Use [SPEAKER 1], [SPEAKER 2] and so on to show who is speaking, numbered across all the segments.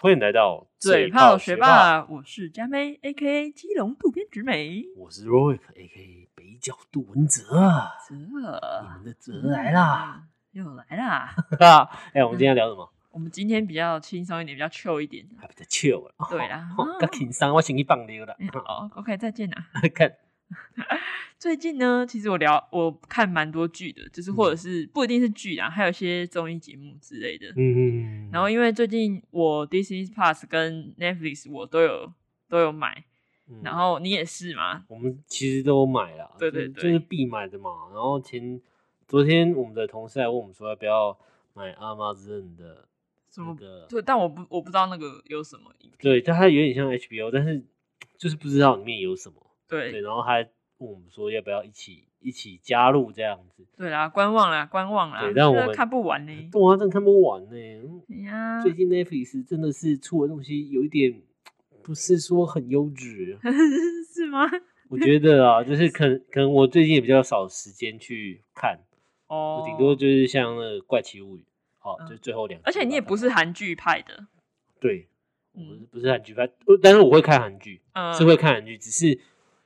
[SPEAKER 1] 欢迎来到
[SPEAKER 2] 嘴炮
[SPEAKER 1] 炮
[SPEAKER 2] 学
[SPEAKER 1] 霸，
[SPEAKER 2] 霸，我是佳妹，A K A 基隆渡边直美。
[SPEAKER 1] 我是 Roy A K 北角杜文泽，
[SPEAKER 2] 这
[SPEAKER 1] 你们的泽来 啦！，
[SPEAKER 2] 嗯又来啦！
[SPEAKER 1] 哈哈，哎，我们今天要聊什么？
[SPEAKER 2] 我们今天比较轻松一点，比较 chill 一点。
[SPEAKER 1] 还比较 chill 了，
[SPEAKER 2] 嗯对啦
[SPEAKER 1] 哦较轻 松，我先去放溜了。
[SPEAKER 2] 嗯，好，OK，再见啦。
[SPEAKER 1] 看，
[SPEAKER 2] 最近呢，其实我聊我看蛮多剧的，就是或者
[SPEAKER 1] 嗯
[SPEAKER 2] 是不一定是剧啊，还有一些综艺节目之类的。
[SPEAKER 1] 嗯，
[SPEAKER 2] 然后因为最近我 Disney Plus 跟 Netflix 我都有都有买，
[SPEAKER 1] 嗯
[SPEAKER 2] 然后你也是吗？
[SPEAKER 1] 我们其实都买了，
[SPEAKER 2] 对
[SPEAKER 1] 就是
[SPEAKER 2] 对
[SPEAKER 1] 就
[SPEAKER 2] 对
[SPEAKER 1] 是必买的嘛。然后前昨天我们的同事还问我们说要不要买阿妈之刃的
[SPEAKER 2] 什
[SPEAKER 1] 那
[SPEAKER 2] 么？
[SPEAKER 1] 个，
[SPEAKER 2] 对，但我不我不知道那个有什么影片。
[SPEAKER 1] 对，但它有点像 HBO，但是就是不知道里面有什么。对，
[SPEAKER 2] 对
[SPEAKER 1] 然后他还问我们说要不要一起一起加入这样子。
[SPEAKER 2] 对啦，观望啦，观望啦，
[SPEAKER 1] 对但我
[SPEAKER 2] 这个
[SPEAKER 1] 们
[SPEAKER 2] 看不完呢。
[SPEAKER 1] 动画真的看不完呢、嗯
[SPEAKER 2] 哎呀，，
[SPEAKER 1] 最近 Netflix 真的是出的东西有一点不是说很优质
[SPEAKER 2] 是吗？
[SPEAKER 1] 我觉得啊，就是可能可能我最近也比较少时间去看，
[SPEAKER 2] 哦
[SPEAKER 1] 我，顶多就是像那个《怪奇物语》，好，就
[SPEAKER 2] 嗯
[SPEAKER 1] 最后两集吧。
[SPEAKER 2] 而且你也不是韩剧派的，
[SPEAKER 1] 对，我不是
[SPEAKER 2] 嗯
[SPEAKER 1] 不是韩剧，反呃但是我会看韩剧，
[SPEAKER 2] 嗯，
[SPEAKER 1] 是会看韩剧，只是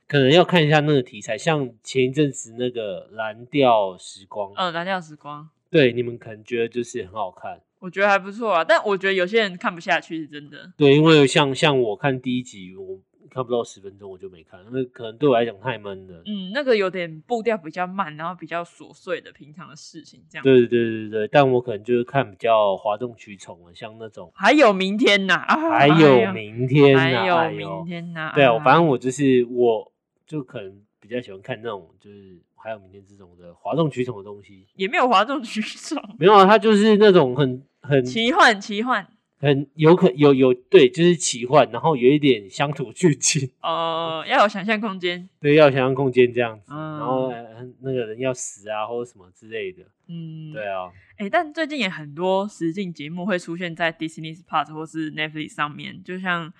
[SPEAKER 1] 可能要看一下那个题材，像前一阵子那个《蓝调时光》，
[SPEAKER 2] 嗯，蓝调时光，
[SPEAKER 1] 对，你们可能觉得就是很好看，
[SPEAKER 2] 我觉得还不错啊，但我觉得有些人看不下去是真的。
[SPEAKER 1] 对，因为像像我看第一集，我看不到十分钟我就没看，因为可能对我来讲太闷了。
[SPEAKER 2] 嗯，那个有点步调比较慢，然后比较琐碎的平常的事情这样。
[SPEAKER 1] 对对对对对，但我可能就是看比较哗众取宠的，像那种
[SPEAKER 2] 还有明天呐、啊，
[SPEAKER 1] 还有明天
[SPEAKER 2] 还
[SPEAKER 1] 呐、啊，
[SPEAKER 2] 有
[SPEAKER 1] 哎
[SPEAKER 2] 明
[SPEAKER 1] 呦
[SPEAKER 2] 天呐、
[SPEAKER 1] 对啊，反正我就是我就可能比较喜欢看那种就是还有明天这种的哗众取宠的东西。
[SPEAKER 2] 也没有哗众取宠，
[SPEAKER 1] 没有啊，它就是那种很很
[SPEAKER 2] 奇幻奇幻，
[SPEAKER 1] 很有可有有对，就是奇幻，然后有一点乡土剧情，
[SPEAKER 2] 呃，要有想象空间，
[SPEAKER 1] 对，要有想象空间这样子，
[SPEAKER 2] 嗯
[SPEAKER 1] 然后、呃那个人要死啊或者什么之类的，
[SPEAKER 2] 嗯，
[SPEAKER 1] 对啊，
[SPEAKER 2] 哎、但最近也很多实境节目会出现在 Disney Plus 或是 Netflix 上面，就像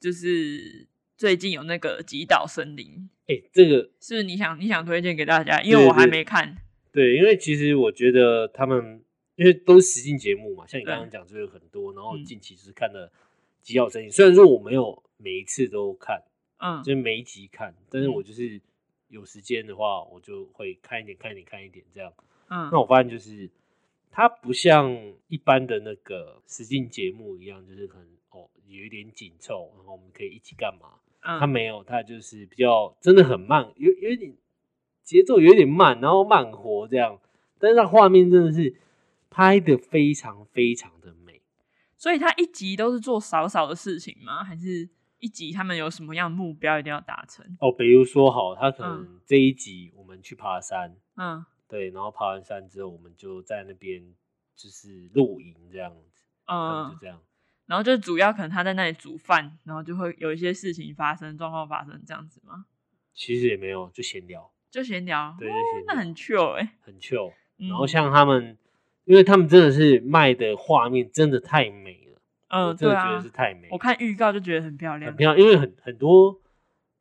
[SPEAKER 2] 就是最近有那个《极岛森林
[SPEAKER 1] 哎、这个》，
[SPEAKER 2] 是不是你想你想推荐给大家？因为
[SPEAKER 1] 对
[SPEAKER 2] 我还
[SPEAKER 1] 对
[SPEAKER 2] 没看，
[SPEAKER 1] 对，因为其实我觉得他们因为都是实境节目嘛，像你
[SPEAKER 2] 对
[SPEAKER 1] 刚刚讲就是很多，然后
[SPEAKER 2] 嗯
[SPEAKER 1] 近期就是看了《极奥真影》，虽然说我没有每一次都看，
[SPEAKER 2] 嗯
[SPEAKER 1] 就是每一集看，但是
[SPEAKER 2] 嗯
[SPEAKER 1] 我就是有时间的话，我就会看一点看一点看一点这样。
[SPEAKER 2] 嗯
[SPEAKER 1] 那我发现就是它不像一般的那个实境节目一样，就是可能哦有一点紧凑，然后我们可以一起干嘛？它
[SPEAKER 2] 嗯，
[SPEAKER 1] 没有，它就是比较真的很慢，有有一点节奏有一点慢，然后慢活这样，但是它画面真的是拍的非常非常的美。
[SPEAKER 2] 所以他一集都是做少少的事情吗？还是一集他们有什么样的目标一定要达成？
[SPEAKER 1] 哦，比如说好，它可
[SPEAKER 2] 嗯
[SPEAKER 1] 能这一集我们去爬山，
[SPEAKER 2] 嗯
[SPEAKER 1] 对，然后爬完山之后，我们就在那边就是露营这样子，他们
[SPEAKER 2] 嗯
[SPEAKER 1] 就，这样。
[SPEAKER 2] 然后就主要可能他在那里煮饭，然后就会有一些事情发生，状况发生这样子吗？
[SPEAKER 1] 其实也没有，就闲聊，
[SPEAKER 2] 就闲聊，
[SPEAKER 1] 对，
[SPEAKER 2] 哦
[SPEAKER 1] 就闲聊，
[SPEAKER 2] 那很 chill 哎、
[SPEAKER 1] 很 chill。
[SPEAKER 2] 嗯
[SPEAKER 1] 然后像他们，因为他们真的是卖的画面真的太美了，我
[SPEAKER 2] 嗯，
[SPEAKER 1] 真
[SPEAKER 2] 对
[SPEAKER 1] 的觉得
[SPEAKER 2] 啊
[SPEAKER 1] 是，太美了，
[SPEAKER 2] 我看预告就觉得很漂亮
[SPEAKER 1] 很。漂亮，因为很很多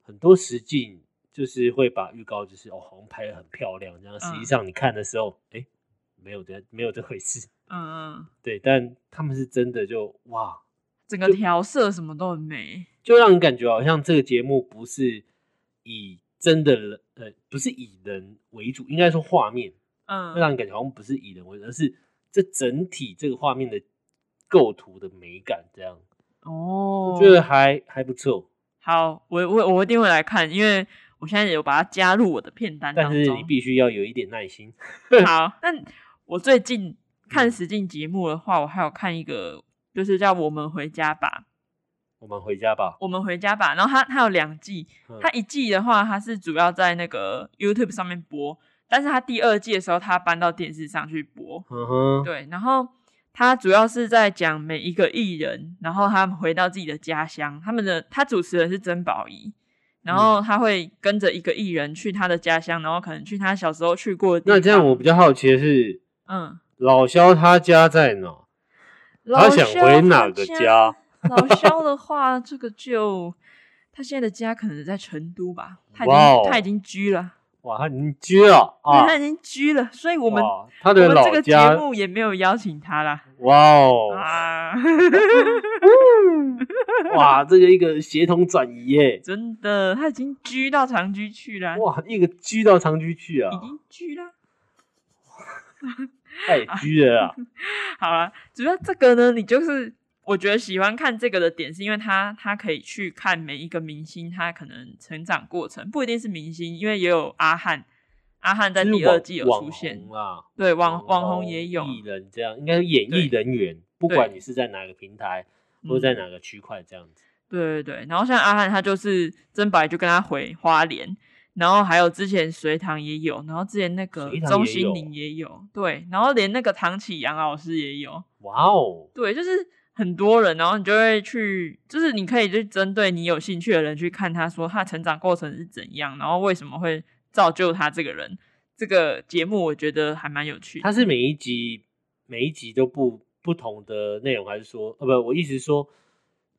[SPEAKER 1] 很多实境就是会把预告就是哦，好像拍的很漂亮，这样实际
[SPEAKER 2] 嗯
[SPEAKER 1] 上你看的时候，哎、没有这没有这回事，
[SPEAKER 2] 嗯，嗯，
[SPEAKER 1] 对，但他们是真的就哇，
[SPEAKER 2] 整个调色什么都很美。
[SPEAKER 1] 就让人感觉好像这个节目不是以真的人呃，不是以人为主，应该说画面
[SPEAKER 2] 嗯
[SPEAKER 1] 会让人感觉好像不是以人为主，而是这整体这个画面的构图的美感这样，
[SPEAKER 2] 哦
[SPEAKER 1] 我，觉得还还不错。
[SPEAKER 2] 好，我我我一定会来看，因为我现在有把它加入我的片单当
[SPEAKER 1] 但
[SPEAKER 2] 中。
[SPEAKER 1] 是你必须要有一点耐心。
[SPEAKER 2] 好，那我最
[SPEAKER 1] 嗯
[SPEAKER 2] 近看实境节目的话，我还有看一个，就是叫《我们回家吧》，
[SPEAKER 1] 我们回家吧。
[SPEAKER 2] 我们回家吧。然后它它有两季，
[SPEAKER 1] 嗯
[SPEAKER 2] 它一季的话，它是主要在那个 YouTube 上面播，但是它第二季的时候，它搬到电视上去播。
[SPEAKER 1] 嗯哼，
[SPEAKER 2] 对，然后他主要是在讲每一个艺人，然后他们回到自己的家乡，他们的他主持人是曾宝仪，然后
[SPEAKER 1] 嗯
[SPEAKER 2] 他会跟着一个艺人去他的家乡，然后可能去他小时候去过的地方。
[SPEAKER 1] 那这样我比较好奇的是，
[SPEAKER 2] 嗯，
[SPEAKER 1] 老肖他家在哪？他想回哪个家？
[SPEAKER 2] 老肖的话，这个就他现在的家可能在成都吧，他已经、
[SPEAKER 1] 哇哦
[SPEAKER 2] 他已经居了，
[SPEAKER 1] 哇，他邻居啊啊
[SPEAKER 2] 对，！他已经居了，所以我们
[SPEAKER 1] 哇他
[SPEAKER 2] 我
[SPEAKER 1] 的
[SPEAKER 2] 们
[SPEAKER 1] 老哦
[SPEAKER 2] 这个节啊
[SPEAKER 1] 家，
[SPEAKER 2] 目也没有邀请他啦。
[SPEAKER 1] 哇哦，
[SPEAKER 2] 啊，
[SPEAKER 1] 哇，这个一个协同转移耶，
[SPEAKER 2] 真的，他已经居到长居去了，啊
[SPEAKER 1] 哇，一个居到长居去啊
[SPEAKER 2] 已，经居了。
[SPEAKER 1] 太居了啊，
[SPEAKER 2] 好了，主要这个呢，你就是我觉得喜欢看这个的点，是因为他他可以去看每一个明星，他可能成长过程不一定是明星，因为也有阿汉，阿汉 在
[SPEAKER 1] 就是
[SPEAKER 2] 第二
[SPEAKER 1] 网
[SPEAKER 2] 季有
[SPEAKER 1] 网
[SPEAKER 2] 出现，
[SPEAKER 1] 红啊，
[SPEAKER 2] 对网网红
[SPEAKER 1] 红
[SPEAKER 2] 也有，
[SPEAKER 1] 艺人这样，应该是演艺人员，不管你是在哪个平台或者在
[SPEAKER 2] 嗯
[SPEAKER 1] 哪个区块这样子。
[SPEAKER 2] 对对对，然后像阿汉他就是曾白就跟他回花莲，然后还有之前隋唐也有，然后之前那个
[SPEAKER 1] 隋唐
[SPEAKER 2] 钟
[SPEAKER 1] 也
[SPEAKER 2] 欣
[SPEAKER 1] 有
[SPEAKER 2] 凌也有，对，然后连那个唐启阳老师也有，
[SPEAKER 1] 哇哦，
[SPEAKER 2] 对，就是很多人，然后你就会去，就是你可以去针对你有兴趣的人去看他说他成长过程是怎样，然后为什么会造就他这个人。这个节目我觉得还蛮有趣的，
[SPEAKER 1] 它是每一集每一集都不不同的内容，还是说呃不，我意思是说，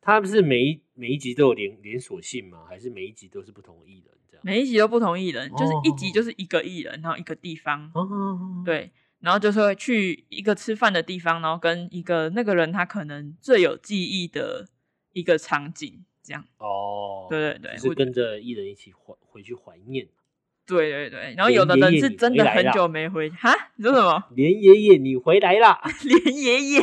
[SPEAKER 1] 它不是每一每一集都有连连锁性吗？还是每一集都是不同的艺人这样？
[SPEAKER 2] 每一集都不同艺人，就是一集
[SPEAKER 1] 哦
[SPEAKER 2] 就是一个艺人，然后一个地方，
[SPEAKER 1] 哦，
[SPEAKER 2] 对，然后就是会去一个吃饭的地方，然后跟一个那个人他可能最有记忆的一个场景，这样。
[SPEAKER 1] 哦，
[SPEAKER 2] 对对对
[SPEAKER 1] 就是
[SPEAKER 2] 我觉
[SPEAKER 1] 跟着艺人一起怀回去怀念，
[SPEAKER 2] 对对对，然后
[SPEAKER 1] 连
[SPEAKER 2] 有的
[SPEAKER 1] 爷
[SPEAKER 2] 人
[SPEAKER 1] 爷
[SPEAKER 2] 是
[SPEAKER 1] 你
[SPEAKER 2] 真
[SPEAKER 1] 回
[SPEAKER 2] 的
[SPEAKER 1] 来
[SPEAKER 2] 很
[SPEAKER 1] 啦
[SPEAKER 2] 久没回哈，你说什么？
[SPEAKER 1] 连爷爷你回来啦！
[SPEAKER 2] 连爷爷，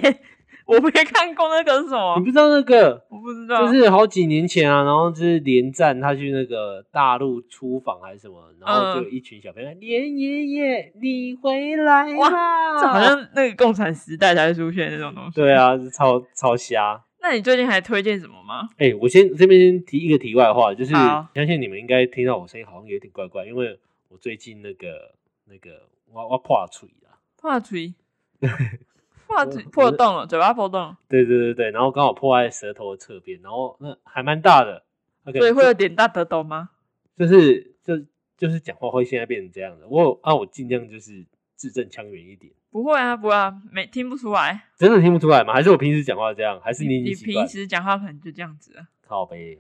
[SPEAKER 2] 我没看过那个是什
[SPEAKER 1] 你不，
[SPEAKER 2] 么
[SPEAKER 1] 知道那个？
[SPEAKER 2] 我不知道，
[SPEAKER 1] 就是好几年前啊，然后就是连战他去那个大陆出访还是什么，然
[SPEAKER 2] 嗯
[SPEAKER 1] 后就有一群小朋友、连爷爷你回来
[SPEAKER 2] 哇
[SPEAKER 1] 啦，
[SPEAKER 2] 这好 像那个共产时代才会出现的那种东西。
[SPEAKER 1] 啊对啊，是超超瞎。
[SPEAKER 2] 那你最近还推荐什么吗？
[SPEAKER 1] 哎、我先这边先提一个题外话，就是
[SPEAKER 2] 好
[SPEAKER 1] 相信你们应该听到我声音好像有点怪怪，因为我最近那个那个我我破嘴了，
[SPEAKER 2] 破嘴，破嘴
[SPEAKER 1] 我
[SPEAKER 2] 破
[SPEAKER 1] 我是
[SPEAKER 2] 洞了，嘴巴破洞，
[SPEAKER 1] 对对对对，然后刚好破在舌头的侧边，然后那还蛮大的，o k
[SPEAKER 2] 所以会有点大得抖吗？
[SPEAKER 1] 就是就就是讲话会现在变成这样的，我有啊我尽量就是字正腔圆一点，
[SPEAKER 2] 不会啊，不会啊，没听不出来。
[SPEAKER 1] 真的听不出来吗？还是我平时讲话这样？还是
[SPEAKER 2] 你
[SPEAKER 1] 你已经习惯
[SPEAKER 2] 平时讲话可能就这样子了，
[SPEAKER 1] 靠背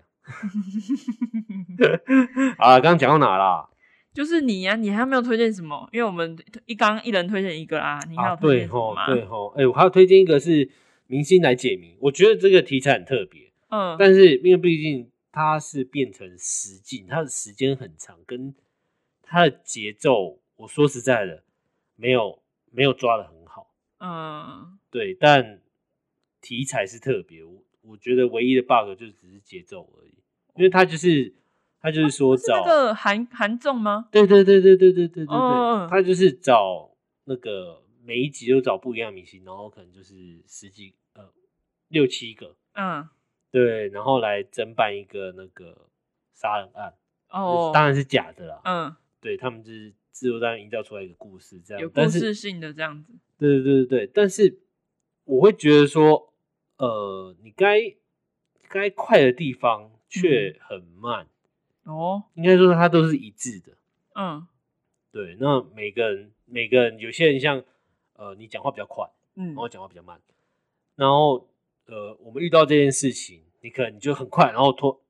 [SPEAKER 1] 啊？刚刚讲到哪啦？
[SPEAKER 2] 就是你呀、你还没有推荐什么？因为我们一刚一人推荐一个啦，你还有
[SPEAKER 1] 啊，
[SPEAKER 2] 推
[SPEAKER 1] 对
[SPEAKER 2] 荐什么
[SPEAKER 1] 吼
[SPEAKER 2] 吗？，
[SPEAKER 1] 对吼，哎、我还要推荐一个是明星来解谜，我觉得这个题材很特别，
[SPEAKER 2] 嗯，
[SPEAKER 1] 但是因为毕竟它是变成实境，它的时间很长，跟它的节奏，我说实在的，没有没有抓的很好，
[SPEAKER 2] 嗯，
[SPEAKER 1] 对，但题材是特别，我我觉得唯一的 bug 就只是节奏而已，因为它就是它就是说
[SPEAKER 2] 哦是那
[SPEAKER 1] 找。
[SPEAKER 2] 个韩韩仲吗？
[SPEAKER 1] 对对对对对对对对对，
[SPEAKER 2] 嗯嗯嗯
[SPEAKER 1] 他就是找那个每一集都找不一样的明星，然后可能就是十几呃六七个，
[SPEAKER 2] 嗯，
[SPEAKER 1] 对，然后来侦办一个那个杀人案，
[SPEAKER 2] 哦，
[SPEAKER 1] 当然是假的啦，
[SPEAKER 2] 嗯，
[SPEAKER 1] 对他们就是制作单营造出来一个故事这样，
[SPEAKER 2] 有故
[SPEAKER 1] 但
[SPEAKER 2] 事
[SPEAKER 1] 是
[SPEAKER 2] 性的这样子，
[SPEAKER 1] 对对对对对，但是我会觉得说，呃，你该该快的地方却
[SPEAKER 2] 嗯
[SPEAKER 1] 很慢，
[SPEAKER 2] 哦，
[SPEAKER 1] 应该说它都是一致的。
[SPEAKER 2] 嗯
[SPEAKER 1] 对，那每个人每个人，有些人像呃，你讲话比较快，
[SPEAKER 2] 嗯
[SPEAKER 1] 然后讲话比较慢，然后呃，我们遇到这件事情，你可能就很快，然后拖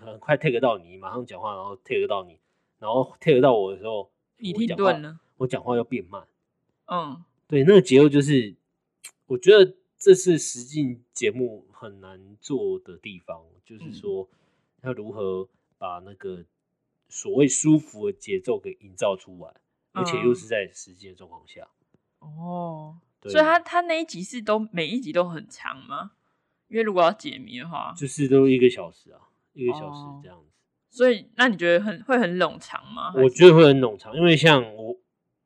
[SPEAKER 1] 很快 take 到你，马上讲话，然后 take 到你，然后 take 到我的时候，
[SPEAKER 2] 你
[SPEAKER 1] 我
[SPEAKER 2] 停
[SPEAKER 1] 讲
[SPEAKER 2] 顿
[SPEAKER 1] 话，
[SPEAKER 2] 了，
[SPEAKER 1] 我讲话要变慢。
[SPEAKER 2] 嗯，
[SPEAKER 1] 对，那个节奏就是，我觉得这是实境节目很难做的地方，就
[SPEAKER 2] 嗯
[SPEAKER 1] 是说要如何把那个所谓舒服的节奏给营造出来，而且又
[SPEAKER 2] 嗯
[SPEAKER 1] 是在实际的状况下。
[SPEAKER 2] 哦，
[SPEAKER 1] 对，
[SPEAKER 2] 所以他他那一集是都每一集都很长吗？因为如果要解谜的话，
[SPEAKER 1] 就是都一个小时啊，一个小时
[SPEAKER 2] 哦
[SPEAKER 1] 这样子，
[SPEAKER 2] 所以那你觉得很会很冗长吗？还
[SPEAKER 1] 我
[SPEAKER 2] 是
[SPEAKER 1] 觉得会很冗长，因为像我。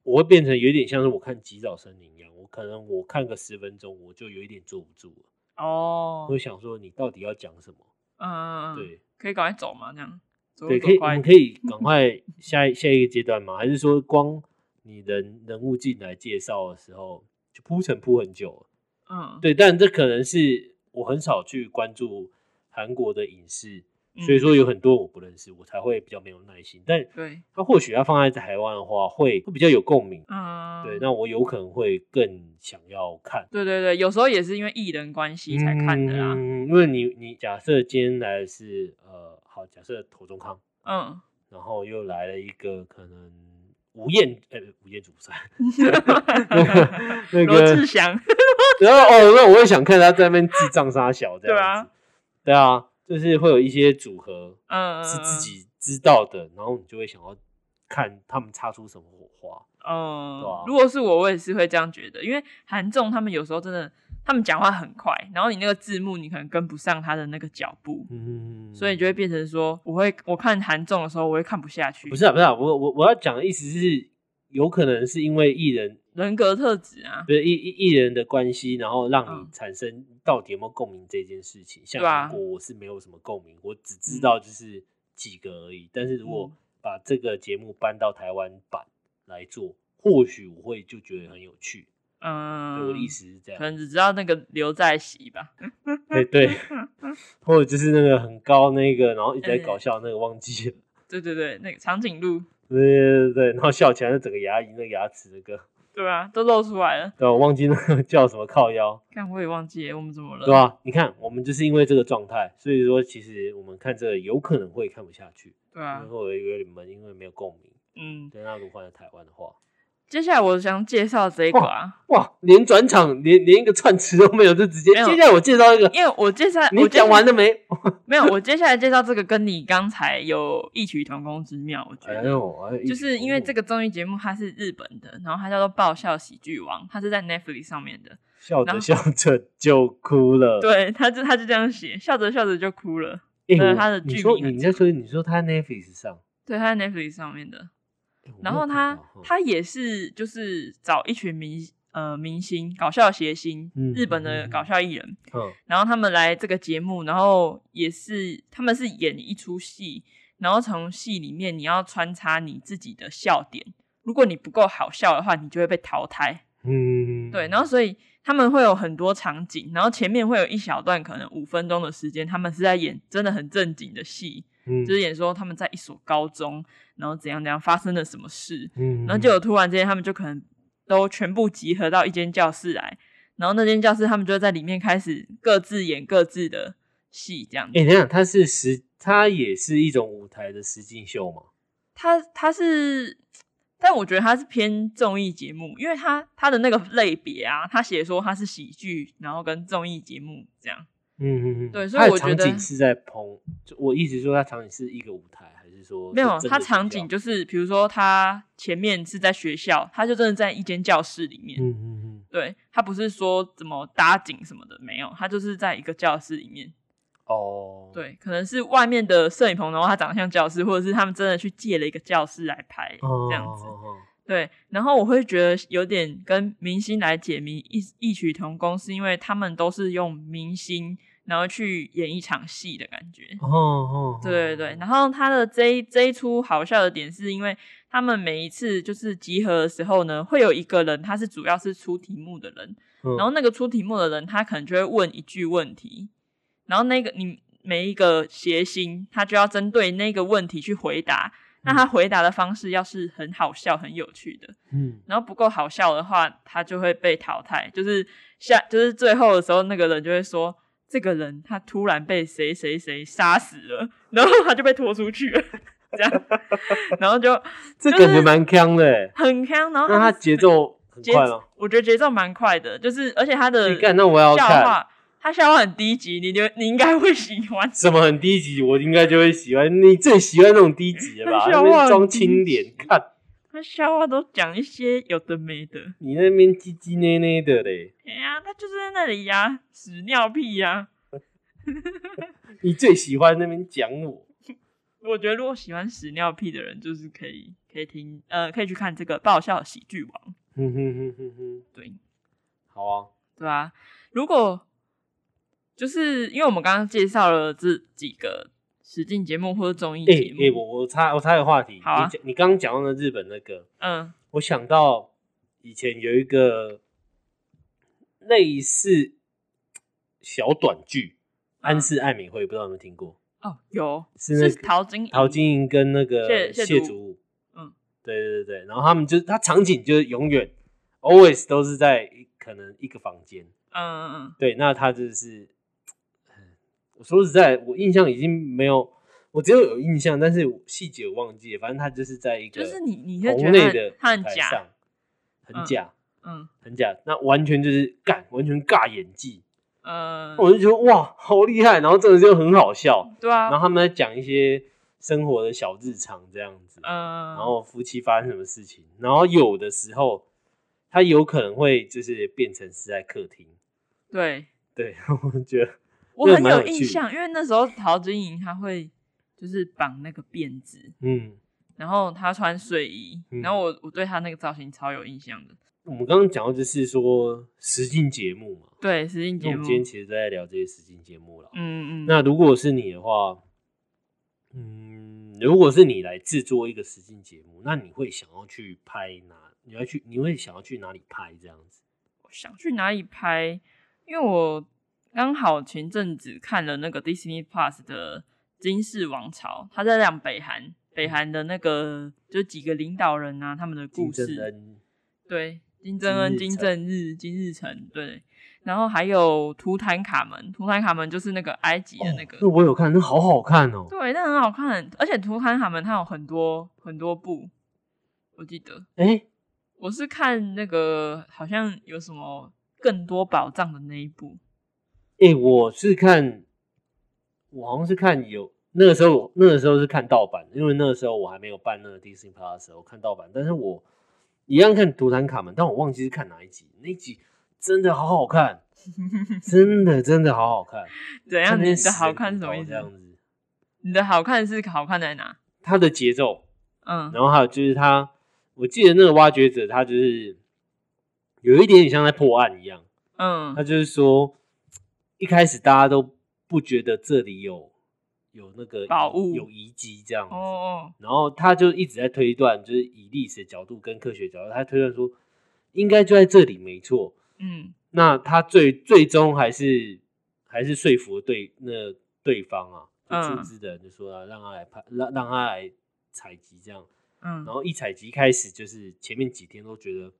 [SPEAKER 1] 我会变成有点像是我看《极早森林》一样，我可能我看个十分钟，我就有一点坐不住了。
[SPEAKER 2] 哦
[SPEAKER 1] 我，会想说，你到底要讲什么？
[SPEAKER 2] 嗯，
[SPEAKER 1] 对，
[SPEAKER 2] 可以赶快走嘛，这样走路
[SPEAKER 1] 对，
[SPEAKER 2] 走
[SPEAKER 1] 可以，我
[SPEAKER 2] 快一
[SPEAKER 1] 们
[SPEAKER 2] 点
[SPEAKER 1] 可以赶快下一下一个阶段吗？还是说光你人人物进来介绍的时候就铺陈铺很久了？
[SPEAKER 2] 嗯，
[SPEAKER 1] 对，但这可能是我很少去关注韩国的影视，
[SPEAKER 2] 嗯，
[SPEAKER 1] 所以说有很多我不认识，我才会比较没有耐心。但
[SPEAKER 2] 对，
[SPEAKER 1] 它或许要放在台湾的话，会会比较有共鸣。
[SPEAKER 2] 嗯，
[SPEAKER 1] 对，那我有可能会更想要看。
[SPEAKER 2] 对对对，有时候也是因为艺人关系才看的啊啦，
[SPEAKER 1] 嗯，因为你你假设今天来的是呃，好，假设头中康，
[SPEAKER 2] 嗯，
[SPEAKER 1] 然后又来了一个可能吴彦，呃，吴彦祖不算， 那
[SPEAKER 2] 罗
[SPEAKER 1] 个
[SPEAKER 2] 志，祥，
[SPEAKER 1] 然后哦，那我也想看他在那边智障杀小这样子，
[SPEAKER 2] 对啊
[SPEAKER 1] 对啊，就是会有一些组合
[SPEAKER 2] 嗯，
[SPEAKER 1] 是自己知道的，然后你就会想要看他们擦出什么火花。
[SPEAKER 2] 嗯，
[SPEAKER 1] 对啊
[SPEAKER 2] 如果是我，我也是会这样觉得，因为韩综他们有时候真的，他们讲话很快，然后你那个字幕你可能跟不上他的那个脚步，
[SPEAKER 1] 嗯，
[SPEAKER 2] 所以就会变成说，我会我看韩综的时候，我会看不下去，
[SPEAKER 1] 不是啊，不是啊，我我我要讲的意思是，有可能是因为艺人
[SPEAKER 2] 人格特质啊，
[SPEAKER 1] 不是艺艺艺人的关系，然后让你
[SPEAKER 2] 嗯
[SPEAKER 1] 产生到底有没有共鸣这件事情。像
[SPEAKER 2] 对啊
[SPEAKER 1] 韩国我是没有什么共鸣，我只知道就是几个而已。但是如果
[SPEAKER 2] 嗯
[SPEAKER 1] 把这个节目搬到台湾版来做，或许我会就觉得很有趣。对
[SPEAKER 2] 嗯，
[SPEAKER 1] 我的意思是这
[SPEAKER 2] 可能
[SPEAKER 1] 样，
[SPEAKER 2] 只知道那个刘在熙吧，
[SPEAKER 1] 对 对，或者就是那个很高那个，然后一直在搞
[SPEAKER 2] 嗯
[SPEAKER 1] 笑那个忘记了，
[SPEAKER 2] 对对对，那个长颈鹿，
[SPEAKER 1] 对对对对，然后笑起来那整个牙龈、那个牙齿那个，
[SPEAKER 2] 对啊，都露出来了，
[SPEAKER 1] 对，我忘记那个叫什么靠腰。
[SPEAKER 2] 看我也忘记了我们怎么了，
[SPEAKER 1] 对啊吧、你看，我们就是因为这个状态，所以说其实我们看这个有可能会看不下去，
[SPEAKER 2] 对
[SPEAKER 1] 因
[SPEAKER 2] 啊
[SPEAKER 1] 为，会有点闷，因为没有共鸣。
[SPEAKER 2] 嗯，
[SPEAKER 1] 对，那如果换在台湾的话，
[SPEAKER 2] 接下来我想介绍这一个啊，
[SPEAKER 1] 哇，连转场连连一个串词都没有，就直接
[SPEAKER 2] 没有
[SPEAKER 1] 接下来我介绍一个，
[SPEAKER 2] 因为我介绍
[SPEAKER 1] 你
[SPEAKER 2] 我介绍
[SPEAKER 1] 讲完了没？
[SPEAKER 2] 没有，我接下来介绍这个跟你刚才有异曲同工之妙，我觉
[SPEAKER 1] 哎
[SPEAKER 2] 得。
[SPEAKER 1] 呦，哎
[SPEAKER 2] 就是因为这
[SPEAKER 1] 个
[SPEAKER 2] 个综艺节目它是日本的，然后它叫做《爆笑喜剧王》，它是在 Netflix 上面的。
[SPEAKER 1] 笑
[SPEAKER 2] 然
[SPEAKER 1] 着
[SPEAKER 2] 后
[SPEAKER 1] 笑着就哭了。
[SPEAKER 2] 对，他就他就这样写，笑着笑着就哭了。
[SPEAKER 1] 哎，
[SPEAKER 2] 对
[SPEAKER 1] 我
[SPEAKER 2] 它的
[SPEAKER 1] 你
[SPEAKER 2] 剧
[SPEAKER 1] 说
[SPEAKER 2] 名很
[SPEAKER 1] 你那时候你说他 Netflix 上，
[SPEAKER 2] 对，它在 Netflix 上面的。
[SPEAKER 1] 哎我
[SPEAKER 2] 然
[SPEAKER 1] 没有
[SPEAKER 2] 后
[SPEAKER 1] 看
[SPEAKER 2] 他
[SPEAKER 1] 到哈
[SPEAKER 2] 他也是就是找一群明呃明星搞笑谐星，
[SPEAKER 1] 嗯
[SPEAKER 2] 日本的搞笑艺人，
[SPEAKER 1] 嗯
[SPEAKER 2] 然后他们来这个节目，然后也是他们是演一出戏，然后从戏里面你要穿插你自己的笑点，如果你不够好笑的话，你就会被淘汰。
[SPEAKER 1] 嗯，
[SPEAKER 2] 对，然后所以他们会有很多场景，然后前面会有一小段可能五分钟的时间，他们是在演真的很正经的戏，
[SPEAKER 1] 嗯
[SPEAKER 2] 就是演说他们在一所高中，然后怎样怎样发生了什么事，
[SPEAKER 1] 嗯，
[SPEAKER 2] 然后就有突然之间他们就可能都全部集合到一间教室来，然后那间教室他们就会在里面开始各自演各自的戏，这样子。
[SPEAKER 1] 哎，等一下它是实，它也是一种舞台的实境秀嘛？
[SPEAKER 2] 他他是，但我觉得他是偏综艺节目，因为他他的那个类别啊，他写说他是喜剧，然后跟综艺节目这样。
[SPEAKER 1] 嗯嗯嗯，
[SPEAKER 2] 对所以
[SPEAKER 1] 它的
[SPEAKER 2] 我觉
[SPEAKER 1] 场
[SPEAKER 2] 得
[SPEAKER 1] 景是在棚，就我一直说它场景是一个舞台，还是说
[SPEAKER 2] 没有，
[SPEAKER 1] 哦是真
[SPEAKER 2] 他
[SPEAKER 1] 的学
[SPEAKER 2] 场景
[SPEAKER 1] 校
[SPEAKER 2] 就是比如说他前面是在学校，他就真的在一间教室里面。
[SPEAKER 1] 嗯嗯嗯，
[SPEAKER 2] 对他不是说怎么搭景什么的，没有，他就是在一个教室里面。
[SPEAKER 1] 哦，，
[SPEAKER 2] 对，可能是外面的摄影棚，然后他长得像教室，或者是他们真的去借了一个教室来拍、这样子。
[SPEAKER 1] 哦
[SPEAKER 2] 对，然后我会觉得有点跟明星来解谜异异曲同工，是因为他们都是用明星然后去演一场戏的感觉。
[SPEAKER 1] 哦哦，
[SPEAKER 2] 对对对，然后他的这一这一出好笑的点，是因为他们每一次就是集合的时候呢，会有一个人他是主要是出题目的人，
[SPEAKER 1] 后
[SPEAKER 2] 然后那个出题目的人，他可能就会问一句问题，然后那个你每一个谐星，他就要针对那个问题去回答。那他回答的方式要是很好笑、很有趣的，
[SPEAKER 1] 嗯
[SPEAKER 2] 然后不够好笑的话，他就会被淘汰。就是下，就是最后的时候，那个人就会说，这个人他突然被谁谁谁杀死了，然后他就被拖出去了，这 样，然后就
[SPEAKER 1] 这
[SPEAKER 2] 就
[SPEAKER 1] 感觉
[SPEAKER 2] 是
[SPEAKER 1] 蛮强的欸，
[SPEAKER 2] 很坑。然后
[SPEAKER 1] 那它
[SPEAKER 2] 是
[SPEAKER 1] 节奏很
[SPEAKER 2] 节
[SPEAKER 1] 快吗？
[SPEAKER 2] 我觉得节奏蛮快的，就是而且他的
[SPEAKER 1] 你看，那我要
[SPEAKER 2] 笑
[SPEAKER 1] 看
[SPEAKER 2] 话，他笑话很低级，你就你应该会喜欢。
[SPEAKER 1] 什么很低级，我应该就会喜欢。你最喜欢那种低级的吧？
[SPEAKER 2] 笑
[SPEAKER 1] 那
[SPEAKER 2] 话
[SPEAKER 1] 边
[SPEAKER 2] 很
[SPEAKER 1] 装
[SPEAKER 2] 低
[SPEAKER 1] 清廉，看
[SPEAKER 2] 他笑话都讲一些有的没的，
[SPEAKER 1] 你那边唧唧咧咧的嘞，
[SPEAKER 2] 哎呀，他就是在那里呀、屎尿屁呀、
[SPEAKER 1] 你最喜欢那边讲我。
[SPEAKER 2] 我觉得如果喜欢屎尿屁的人，就是可以可以听呃，可以去看这个爆笑喜剧王，
[SPEAKER 1] 哼哼哼哼哼，
[SPEAKER 2] 对
[SPEAKER 1] 好啊，
[SPEAKER 2] 对吧、如果就是因为我们刚刚介绍了这几个实境节目或者综艺
[SPEAKER 1] 哎、
[SPEAKER 2] 节目，
[SPEAKER 1] 哎、我我插我插个话题，
[SPEAKER 2] 好啊
[SPEAKER 1] 你讲你刚刚讲到的日本那个，
[SPEAKER 2] 嗯
[SPEAKER 1] 我想到以前有一个类似小短剧，
[SPEAKER 2] 啊
[SPEAKER 1] 安室爱美惠，不知道有没有听过？
[SPEAKER 2] 哦有
[SPEAKER 1] 是那个
[SPEAKER 2] 陶晶莹
[SPEAKER 1] 陶晶莹跟那个
[SPEAKER 2] 嗯谢
[SPEAKER 1] 谢
[SPEAKER 2] 谢祖
[SPEAKER 1] 祖武，
[SPEAKER 2] 嗯，
[SPEAKER 1] 对对对对，然后他们就是他场景就是永远 always 都是在一可能一个房间，
[SPEAKER 2] 嗯嗯嗯
[SPEAKER 1] 对，那他就是，我说实在，我印象已经没有，我只有有印象，但是我细节我忘记了。反正他就是在一个
[SPEAKER 2] 就是你你会
[SPEAKER 1] 棚
[SPEAKER 2] 觉得
[SPEAKER 1] 内
[SPEAKER 2] 他
[SPEAKER 1] 的
[SPEAKER 2] 他很
[SPEAKER 1] 舞台
[SPEAKER 2] 假
[SPEAKER 1] 上，很
[SPEAKER 2] 嗯
[SPEAKER 1] 假，
[SPEAKER 2] 嗯
[SPEAKER 1] 很假，那完全就是干，完全尬演技，
[SPEAKER 2] 呃，
[SPEAKER 1] 我就觉得哇，好厉害，然后真的就很好笑，
[SPEAKER 2] 对啊
[SPEAKER 1] 然后，他们在讲一些生活的小日常这样子，
[SPEAKER 2] 呃，
[SPEAKER 1] 然后夫妻发生什么事情，然后有的时候他有可能会就是变成是在客厅，
[SPEAKER 2] 对
[SPEAKER 1] 对 我觉得
[SPEAKER 2] 我
[SPEAKER 1] 那
[SPEAKER 2] 很
[SPEAKER 1] 蛮
[SPEAKER 2] 有
[SPEAKER 1] 有
[SPEAKER 2] 印
[SPEAKER 1] 趣的
[SPEAKER 2] 象，因为那时候陶晶莹她会就是绑那个辫子，
[SPEAKER 1] 嗯，
[SPEAKER 2] 然后她穿睡衣，
[SPEAKER 1] 嗯
[SPEAKER 2] 然后我我对她那个造型超有印象的。
[SPEAKER 1] 我们刚刚讲到就是说实境节目嘛，
[SPEAKER 2] 对，实境
[SPEAKER 1] 那
[SPEAKER 2] 节
[SPEAKER 1] 我
[SPEAKER 2] 目
[SPEAKER 1] 们，今天其实都在聊这些实境节目了。
[SPEAKER 2] 嗯嗯，
[SPEAKER 1] 那如果是你的话，嗯，如果是你来制作一个实境节目，那你会想要去拍哪？你要去，你会想要去哪里拍这样子？
[SPEAKER 2] 我想去哪里拍？因为我刚好前阵子看了那个 Disney Plus 的《金氏王朝》，他在讲北韩，
[SPEAKER 1] 嗯
[SPEAKER 2] 北韩的那个就几个领导人啊，他们的
[SPEAKER 1] 金
[SPEAKER 2] 故
[SPEAKER 1] 正
[SPEAKER 2] 事。
[SPEAKER 1] 恩，
[SPEAKER 2] 对，金正恩、
[SPEAKER 1] 金日
[SPEAKER 2] 金
[SPEAKER 1] 成
[SPEAKER 2] 正日、金日成，对。然后还有图坦卡门，图坦卡门就是那个埃及的那个，
[SPEAKER 1] 哦那我有看，那好好看哦。
[SPEAKER 2] 对，那很好看。而且图坦卡门它有很多很多部，我记得
[SPEAKER 1] 哎、
[SPEAKER 2] 我是看那个好像有什么更多宝藏的那一部，
[SPEAKER 1] 哎、我是看，我好像是看有那个时候，那个时候是看盗版，因为那个时候我还没有办那个 Disney Plus 的时候看盗版，但是我一样看《图坦卡门》，但我忘记是看哪一集，那一集真的好好 看，真的真的好好看。看
[SPEAKER 2] 怎样？
[SPEAKER 1] 那
[SPEAKER 2] 你
[SPEAKER 1] 些
[SPEAKER 2] 的
[SPEAKER 1] 死
[SPEAKER 2] 好
[SPEAKER 1] 人
[SPEAKER 2] 看
[SPEAKER 1] 骨
[SPEAKER 2] 是什么
[SPEAKER 1] 头
[SPEAKER 2] 意
[SPEAKER 1] 这样
[SPEAKER 2] 思？
[SPEAKER 1] 子，
[SPEAKER 2] 你的好看是好看在哪？
[SPEAKER 1] 它的节奏，
[SPEAKER 2] 嗯
[SPEAKER 1] 然后还有就是它，我记得那个挖掘者，他就是有一点点像在破案一样，他
[SPEAKER 2] 嗯
[SPEAKER 1] 就是说，一开始大家都不觉得这里有有那个
[SPEAKER 2] 宝
[SPEAKER 1] 遗
[SPEAKER 2] 物
[SPEAKER 1] 有遗迹这样
[SPEAKER 2] 哦
[SPEAKER 1] 子，
[SPEAKER 2] 哦
[SPEAKER 1] 然后他就一直在推断，就是以历史的角度跟科学角度，他推断说应该就在这里没错。
[SPEAKER 2] 嗯
[SPEAKER 1] 那他最最终还是还是说服了对那对方啊，就出
[SPEAKER 2] 嗯
[SPEAKER 1] 资的人就说啊，让他来拍，让让他来采集这样。
[SPEAKER 2] 嗯
[SPEAKER 1] 然后一采集开始，就是前面几天都觉得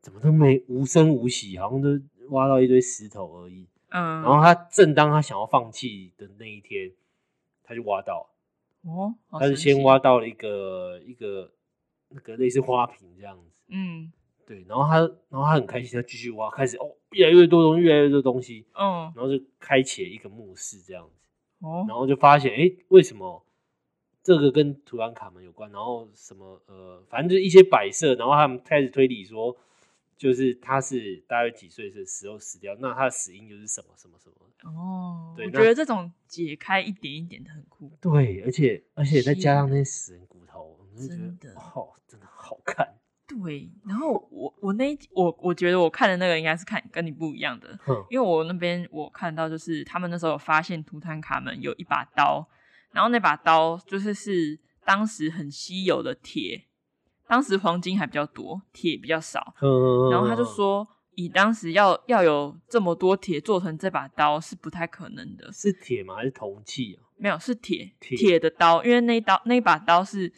[SPEAKER 1] 怎么都没无声无息，好像都挖到一堆石头而已。
[SPEAKER 2] 嗯，
[SPEAKER 1] 然后他正当他想要放弃的那一天，他就挖到，
[SPEAKER 2] 哦，好
[SPEAKER 1] 他是
[SPEAKER 2] 神
[SPEAKER 1] 先
[SPEAKER 2] 奇
[SPEAKER 1] 挖到了一个一个那个类似花瓶这样子。
[SPEAKER 2] 嗯
[SPEAKER 1] 对，然后他，然后他很开心，他继续挖，开始哦，越来越多东西，越来越多东西，
[SPEAKER 2] 哦
[SPEAKER 1] 然后就开启了一个墓室这样子，
[SPEAKER 2] 哦
[SPEAKER 1] 然后就发现，哎，为什么这个跟图兰卡门有关？然后什么呃，反正就是一些摆设，然后他们开始推理说，就是他是大约几岁的时候死掉，那他的死因就是什么什么什么？
[SPEAKER 2] 哦，
[SPEAKER 1] 对
[SPEAKER 2] 我
[SPEAKER 1] 那
[SPEAKER 2] 觉得这种解开一点一点的很酷。
[SPEAKER 1] 对，而且而且再
[SPEAKER 2] 是
[SPEAKER 1] 加上那些死人骨头，我就觉
[SPEAKER 2] 真
[SPEAKER 1] 得
[SPEAKER 2] 的
[SPEAKER 1] 哦，真的好看，
[SPEAKER 2] 对，然后我我那一集我我觉得我看的那个应该是看跟你不一样的，
[SPEAKER 1] 哼，
[SPEAKER 2] 因为我那边我看到就是他们那时候有发现图坦卡门有一把刀，然后那把刀就是是当时很稀有的铁，当时黄金还比较多，铁比较少，然
[SPEAKER 1] 然
[SPEAKER 2] 后他就说以当时要要有这么多铁做成这把刀是不太可能的，
[SPEAKER 1] 是铁吗？还是铜器啊？
[SPEAKER 2] 没有是铁
[SPEAKER 1] 铁
[SPEAKER 2] 铁的刀，因为那一刀那一把刀是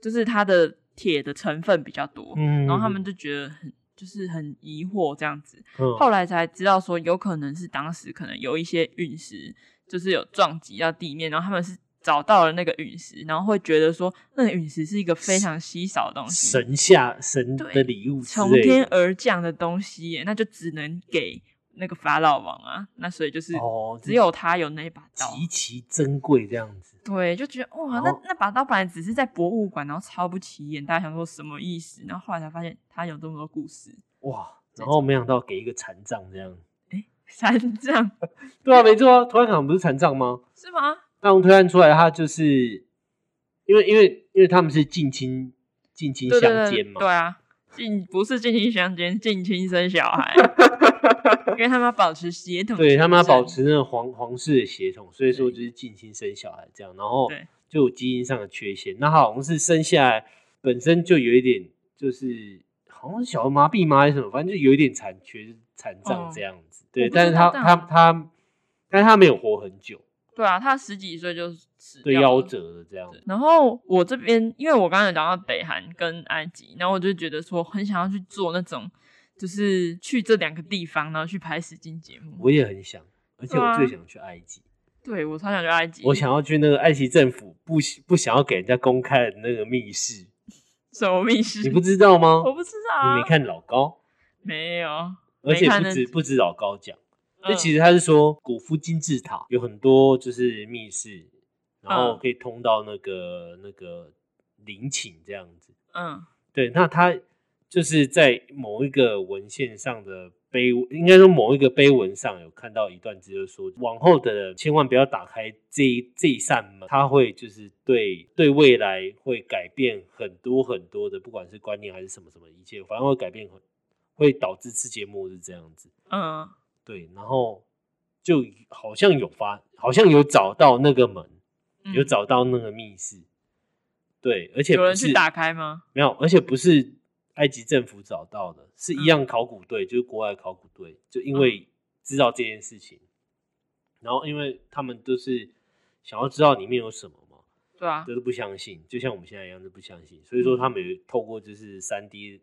[SPEAKER 2] 就是它的铁的成分比较多，
[SPEAKER 1] 嗯哦
[SPEAKER 2] 然后他们就觉得很就是很疑惑这样子，
[SPEAKER 1] 后
[SPEAKER 2] 后来才知道说，有可能是当时可能有一些陨石，就是有撞击到地面，然后他们是找到了那个陨石，然后会觉得说，那个陨石是一个非常稀少的东西，
[SPEAKER 1] 神下神的
[SPEAKER 2] 对
[SPEAKER 1] 礼物之
[SPEAKER 2] 从
[SPEAKER 1] 类
[SPEAKER 2] 天
[SPEAKER 1] 的
[SPEAKER 2] 而降的东西耶，那就只能给那个法老王啊。那所以就是
[SPEAKER 1] 哦
[SPEAKER 2] 只有他有那把刀。
[SPEAKER 1] 极其珍贵这样子。
[SPEAKER 2] 对，就觉得哇，
[SPEAKER 1] 然
[SPEAKER 2] 那
[SPEAKER 1] 后
[SPEAKER 2] 那把刀本来只是在博物馆，然后超不起眼，大家想说什么意思？然后后来才发现他有这么多故事，
[SPEAKER 1] 哇！
[SPEAKER 2] 这
[SPEAKER 1] 然后没想到给一个残障这样，
[SPEAKER 2] 三这样
[SPEAKER 1] 对啊，没错啊，推案卡不是残障吗？
[SPEAKER 2] 是吗？
[SPEAKER 1] 那我们推案出来，他就是因为因为因为他们是近亲近亲
[SPEAKER 2] 对对
[SPEAKER 1] 相
[SPEAKER 2] 对
[SPEAKER 1] 奸嘛，
[SPEAKER 2] 对啊，近不是近亲相奸，近亲生小 孩，因为他们要保持血统纯正，
[SPEAKER 1] 对他们要保持那个皇皇室的血统，所以说就是近亲生小孩这样，然后
[SPEAKER 2] 对
[SPEAKER 1] 就有基因上的缺陷。那他好像是生下来本身就有一点，就是好像是小儿麻痹吗还是什么，反正就有一点残缺、残障
[SPEAKER 2] 哦
[SPEAKER 1] 这样子。对，
[SPEAKER 2] 我不
[SPEAKER 1] 但是
[SPEAKER 2] 知
[SPEAKER 1] 他
[SPEAKER 2] 道
[SPEAKER 1] 他
[SPEAKER 2] 这样
[SPEAKER 1] 他，但是他没有活很久，
[SPEAKER 2] 对啊，他十几岁就死
[SPEAKER 1] 对
[SPEAKER 2] 掉
[SPEAKER 1] 夭
[SPEAKER 2] 了。
[SPEAKER 1] 折了这样
[SPEAKER 2] 对然后我这边，因为我刚才讲到北韩跟埃及，然后我就觉得说很想要去做那种，就是去这两个地方，然后去拍实境节目。
[SPEAKER 1] 我也很想，而且
[SPEAKER 2] 对
[SPEAKER 1] 我
[SPEAKER 2] 啊
[SPEAKER 1] 最想去埃及，
[SPEAKER 2] 对我超想去埃及，
[SPEAKER 1] 我想要去那个埃及政府不喜不想要给人家公开的那个密室，
[SPEAKER 2] 什么密室？
[SPEAKER 1] 你不知道吗？
[SPEAKER 2] 我不知道、
[SPEAKER 1] 你
[SPEAKER 2] 啊，
[SPEAKER 1] 没看老高，
[SPEAKER 2] 没有，
[SPEAKER 1] 而
[SPEAKER 2] 没
[SPEAKER 1] 且
[SPEAKER 2] 看嗯
[SPEAKER 1] 不
[SPEAKER 2] 呢
[SPEAKER 1] 止不止老高讲。就其实他是说，古夫金字塔有很多就是密室，然后
[SPEAKER 2] 嗯
[SPEAKER 1] 可以通到那个那个陵寝这样子。
[SPEAKER 2] 嗯
[SPEAKER 1] 对，那他就是在某一个文献上的碑，应该说某一个碑文上有看到一段字，就是说往后的人千万不要打开这一这一扇门，它会就是对对未来会改变很多很多的，不管是观念还是什么什么一切，反正会改变很，会导致世界末日这样子。
[SPEAKER 2] 嗯
[SPEAKER 1] 对，然后就好像有发，好像有找到那个门，
[SPEAKER 2] 嗯，
[SPEAKER 1] 有找到那个密室。对，而且
[SPEAKER 2] 有
[SPEAKER 1] 不
[SPEAKER 2] 人
[SPEAKER 1] 是
[SPEAKER 2] 去打开吗？
[SPEAKER 1] 没有，而且不是埃及政府找到的，是一
[SPEAKER 2] 嗯
[SPEAKER 1] 样考古队，就是国外考古队，就因为知道这件事情，然后因为他们都是想要知道里面有什么嘛，
[SPEAKER 2] 对啊，
[SPEAKER 1] 就是不相信，就像我们现在一样，就不相信。所以说，他们有透过就是三 D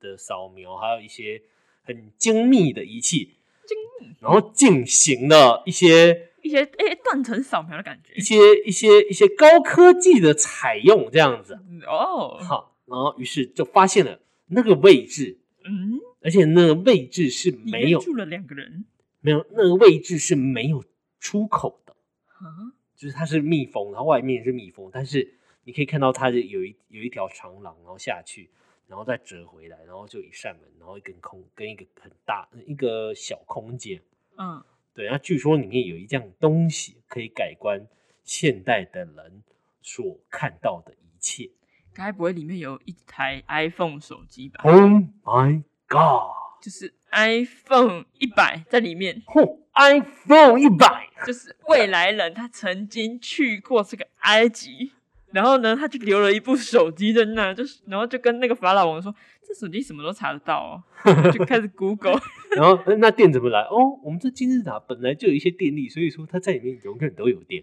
[SPEAKER 1] 的扫描，还有一些很精密的仪器，精密，然后进行了一些
[SPEAKER 2] 一些诶断层扫描的感觉
[SPEAKER 1] 一。些一些一些高科技的采用，这样子。
[SPEAKER 2] 哦，
[SPEAKER 1] 好，然后于是就发现了那个位置，
[SPEAKER 2] 嗯，
[SPEAKER 1] 而且那个位置是
[SPEAKER 2] 里
[SPEAKER 1] 没
[SPEAKER 2] 面
[SPEAKER 1] 有
[SPEAKER 2] 住了两个人
[SPEAKER 1] 没有那个位置是没有出口的。
[SPEAKER 2] 啊，
[SPEAKER 1] 就是它是密封，然后外面也是密封，但是你可以看到它的有一有一条长廊，然后下去，然后再折回来，然后就一扇门，然后一根空跟一个很大一个小空间。
[SPEAKER 2] 嗯，
[SPEAKER 1] 对，那据说里面有一样东西可以改观现代的人所看到的一切。
[SPEAKER 2] 该不会里面有一台 iPhone 手机吧？
[SPEAKER 1] Oh my god！
[SPEAKER 2] 就是 iPhone 一百在里面，
[SPEAKER 1] 嚯，iPhone 一百，
[SPEAKER 2] 就是未来人他曾经去过这个埃及，然后呢，他就留了一部手机在那，就是然后就跟那个法老王说，这手机什么都查得到哦，就开始 Google，
[SPEAKER 1] 然后呃那电怎么来？哦，我们这金字塔本来就有一些电力，所以说它在里面永远都有电。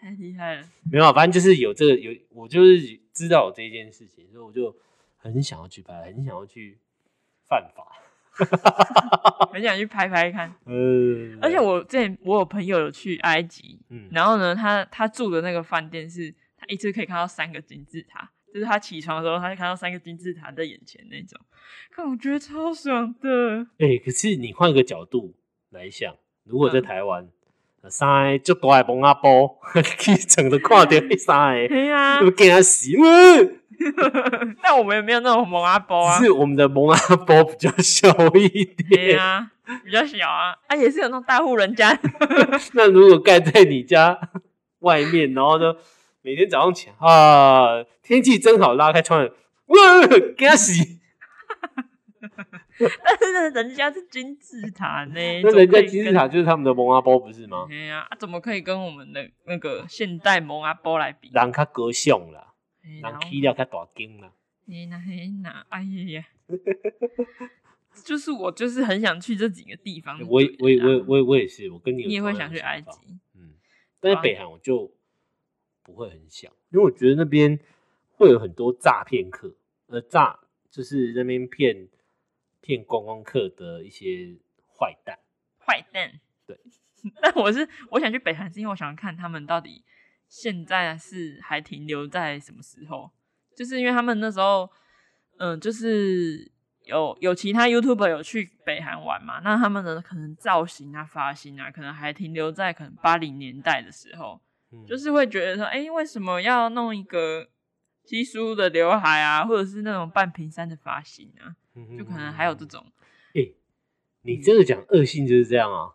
[SPEAKER 2] 太厉害了，
[SPEAKER 1] 没有啊，反正就是有这个有，我就是知道有这件事情，所以我就很想要去拍，很想要去犯法。
[SPEAKER 2] 很想去拍拍 看。
[SPEAKER 1] 呃，
[SPEAKER 2] 而且我之前我有朋友有去埃及，
[SPEAKER 1] 嗯，
[SPEAKER 2] 然后呢，他他住的那个饭店是，他一次可以看到三个金字塔，就是他起床的时候，他就看到三个金字塔在眼前那种，看我觉得超爽的。
[SPEAKER 1] 哎、可是你换个角度来想，如果在
[SPEAKER 2] 嗯
[SPEAKER 1] 台湾，呃三个就大的蒙阿波，去整的看到那三个，
[SPEAKER 2] 对呀、
[SPEAKER 1] 就惊死呃
[SPEAKER 2] 但我们也没有那种蒙阿波啊
[SPEAKER 1] 只，是我们的蒙阿波比较小一
[SPEAKER 2] 对
[SPEAKER 1] 点，
[SPEAKER 2] 呀、比较小啊，啊也是有那种大户人家，
[SPEAKER 1] 那如果盖在你家 外面，然后呢，每天早上起来啊，天气真好，拉开窗帘， 哇，惊死！
[SPEAKER 2] 但是人家是金字塔呢，
[SPEAKER 1] 那人家
[SPEAKER 2] 哎怎么可以
[SPEAKER 1] 金字
[SPEAKER 2] 跟
[SPEAKER 1] 塔。就是他们的蒙阿波，不是吗？
[SPEAKER 2] 哎呀、啊，怎么可以跟我们的那个现代蒙阿波来比？
[SPEAKER 1] 人较高尚啦，
[SPEAKER 2] 嘿哎然
[SPEAKER 1] 人
[SPEAKER 2] 后
[SPEAKER 1] 起了较大间啦。
[SPEAKER 2] 嘿呐嘿呐，哎呀 呀！就是我就是很想去这几个地方。
[SPEAKER 1] 哎我也我也我
[SPEAKER 2] 对
[SPEAKER 1] 也
[SPEAKER 2] 啊
[SPEAKER 1] 我也我也是，我跟你有
[SPEAKER 2] 你也
[SPEAKER 1] 同
[SPEAKER 2] 会
[SPEAKER 1] 样
[SPEAKER 2] 想
[SPEAKER 1] 的
[SPEAKER 2] 去埃
[SPEAKER 1] 法
[SPEAKER 2] 及？
[SPEAKER 1] 嗯，但是
[SPEAKER 2] 啊
[SPEAKER 1] 北韩我就不会很想，因为我觉得那边会有很多诈骗客，呃，诈就是那边骗骗观光客的一些坏蛋。
[SPEAKER 2] 坏蛋。
[SPEAKER 1] 对，
[SPEAKER 2] 但我是我想去北韩，是因为我想看他们到底现在是还停留在什么时候？就是因为他们那时候，嗯、就是有有其他 YouTuber 有去北韩玩嘛，那他们的可能造型啊、发型啊，可能还停留在可能八零年代的时候。
[SPEAKER 1] 嗯
[SPEAKER 2] 就是会觉得说，哎、为什么要弄一个稀疏的刘海啊，或者是那种半平山的发型啊？就可能还有
[SPEAKER 1] 嗯嗯嗯
[SPEAKER 2] 这。
[SPEAKER 1] 嗯
[SPEAKER 2] 种，嗯
[SPEAKER 1] 哎、你真的讲恶性就是这样啊？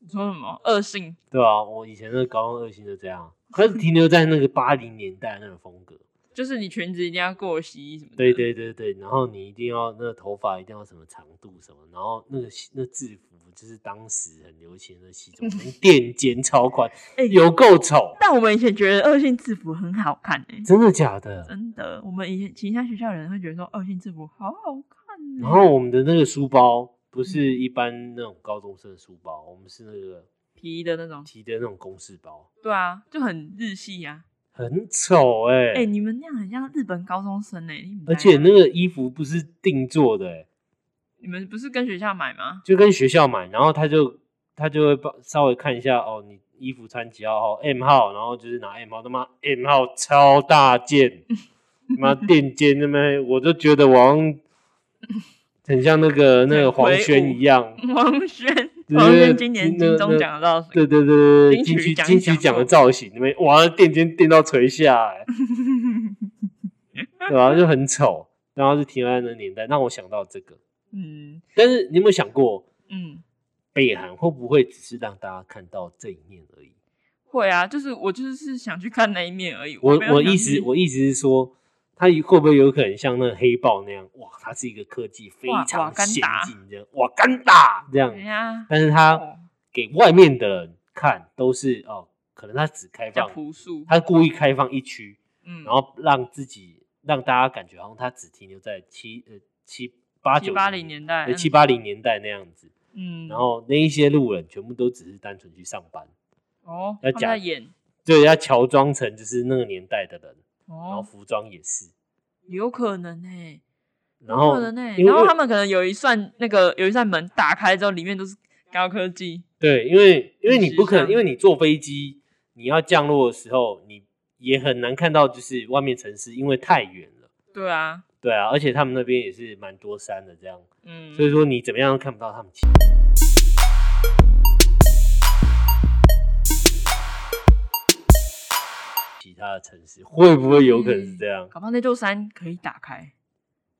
[SPEAKER 2] 你说什么恶性？
[SPEAKER 1] 对啊，我以前那个高中恶性就这样，可是停留在那个八零年代那种风格。
[SPEAKER 2] 就是你裙子一定要过膝什么的。
[SPEAKER 1] 对对对对，然后你一定要那个头发一定要什么长度什么，然后那个西那制服就是当时很流行的西装，垫肩超宽，
[SPEAKER 2] 嗯 哎
[SPEAKER 1] 有够丑，
[SPEAKER 2] 但我们以前觉得恶性制服很好看诶、
[SPEAKER 1] 真的假的？
[SPEAKER 2] 真的，我们以前其他学校的人会觉得说恶性制服好好看、欸。
[SPEAKER 1] 然后我们的那个书包不
[SPEAKER 2] 嗯
[SPEAKER 1] 是一般那种高中生的书包，我们是那个
[SPEAKER 2] 皮的那种，
[SPEAKER 1] 提的那种公事包，
[SPEAKER 2] 对啊，就很日系啊。
[SPEAKER 1] 很丑哎、
[SPEAKER 2] 哎、你们那样很像日本高中生诶、你们
[SPEAKER 1] 而且
[SPEAKER 2] 那
[SPEAKER 1] 那个衣服不是定做的、欸，
[SPEAKER 2] 你们不是跟学校买吗？
[SPEAKER 1] 就跟学校买，然后他就他就会帮稍微看一下哦，你衣服穿几号哦 M 号，然后就是拿 M 号，他妈 M 号超大件，他 妈垫肩那么，我就觉得我好像很像那个那个
[SPEAKER 2] 很
[SPEAKER 1] 黄
[SPEAKER 2] 魁梧
[SPEAKER 1] 轩一样，
[SPEAKER 2] 王轩，好像
[SPEAKER 1] 对
[SPEAKER 2] 跟今年金钟奖的造型
[SPEAKER 1] 对对对对，
[SPEAKER 2] 金
[SPEAKER 1] 金
[SPEAKER 2] 曲
[SPEAKER 1] 曲
[SPEAKER 2] 奖
[SPEAKER 1] 金
[SPEAKER 2] 也
[SPEAKER 1] 曲
[SPEAKER 2] 讲
[SPEAKER 1] 奖的
[SPEAKER 2] 过
[SPEAKER 1] 造型，你们哇，垫肩垫到垂下、欸，对吧、就很丑。然后是停留在那个年代，让我想到这个。
[SPEAKER 2] 嗯
[SPEAKER 1] 但是你有没有想过，
[SPEAKER 2] 嗯，
[SPEAKER 1] 北韩会不会只是让大家看到这一面而已？
[SPEAKER 2] 会啊，就是我就是想去看那一面而已。
[SPEAKER 1] 我
[SPEAKER 2] 没有嗯
[SPEAKER 1] 我
[SPEAKER 2] 想
[SPEAKER 1] 意
[SPEAKER 2] 去
[SPEAKER 1] 思我意思是说，他会不会有可能像那个黑豹那样？哇，它是一个科技非
[SPEAKER 2] 哇
[SPEAKER 1] 常
[SPEAKER 2] 瓦干
[SPEAKER 1] 先
[SPEAKER 2] 达
[SPEAKER 1] 进的瓦干 达这样
[SPEAKER 2] 哎，呀，
[SPEAKER 1] 但是他
[SPEAKER 2] 哦
[SPEAKER 1] 给外面的人看都是哦，可能他只开
[SPEAKER 2] 比较
[SPEAKER 1] 放，
[SPEAKER 2] 朴素。
[SPEAKER 1] 他故意开放一区，
[SPEAKER 2] 嗯，
[SPEAKER 1] 然后让自己让大家感觉好像他只停留在七呃七八
[SPEAKER 2] 七
[SPEAKER 1] 九
[SPEAKER 2] 八零年代
[SPEAKER 1] 呃，七八零年代那样子，
[SPEAKER 2] 嗯，
[SPEAKER 1] 然后那一些路人全部都只是单纯去上班，
[SPEAKER 2] 哦，
[SPEAKER 1] 要
[SPEAKER 2] 他们
[SPEAKER 1] 假
[SPEAKER 2] 在演
[SPEAKER 1] 对，要乔装成就是那个年代的人，然后
[SPEAKER 2] 哦，
[SPEAKER 1] 服装也是。
[SPEAKER 2] 有可能哎，
[SPEAKER 1] 然
[SPEAKER 2] 有
[SPEAKER 1] 后
[SPEAKER 2] 可能哎，
[SPEAKER 1] 哦因为
[SPEAKER 2] 然后他们可能有一扇那个有一扇门打开之后，里面都是高科技。
[SPEAKER 1] 对，因为因为你
[SPEAKER 2] 时
[SPEAKER 1] 不可能，
[SPEAKER 2] 尚
[SPEAKER 1] 因为你坐飞机，你要降落的时候，你也很难看到就是外面城市，因为太远了。
[SPEAKER 2] 对啊，
[SPEAKER 1] 对啊，而且他们那边也是蛮多山的，这样，
[SPEAKER 2] 嗯，
[SPEAKER 1] 所以说你怎么样都看不到他们。其他的城市会不会有可能是这样？
[SPEAKER 2] 搞不好那座山可以打开，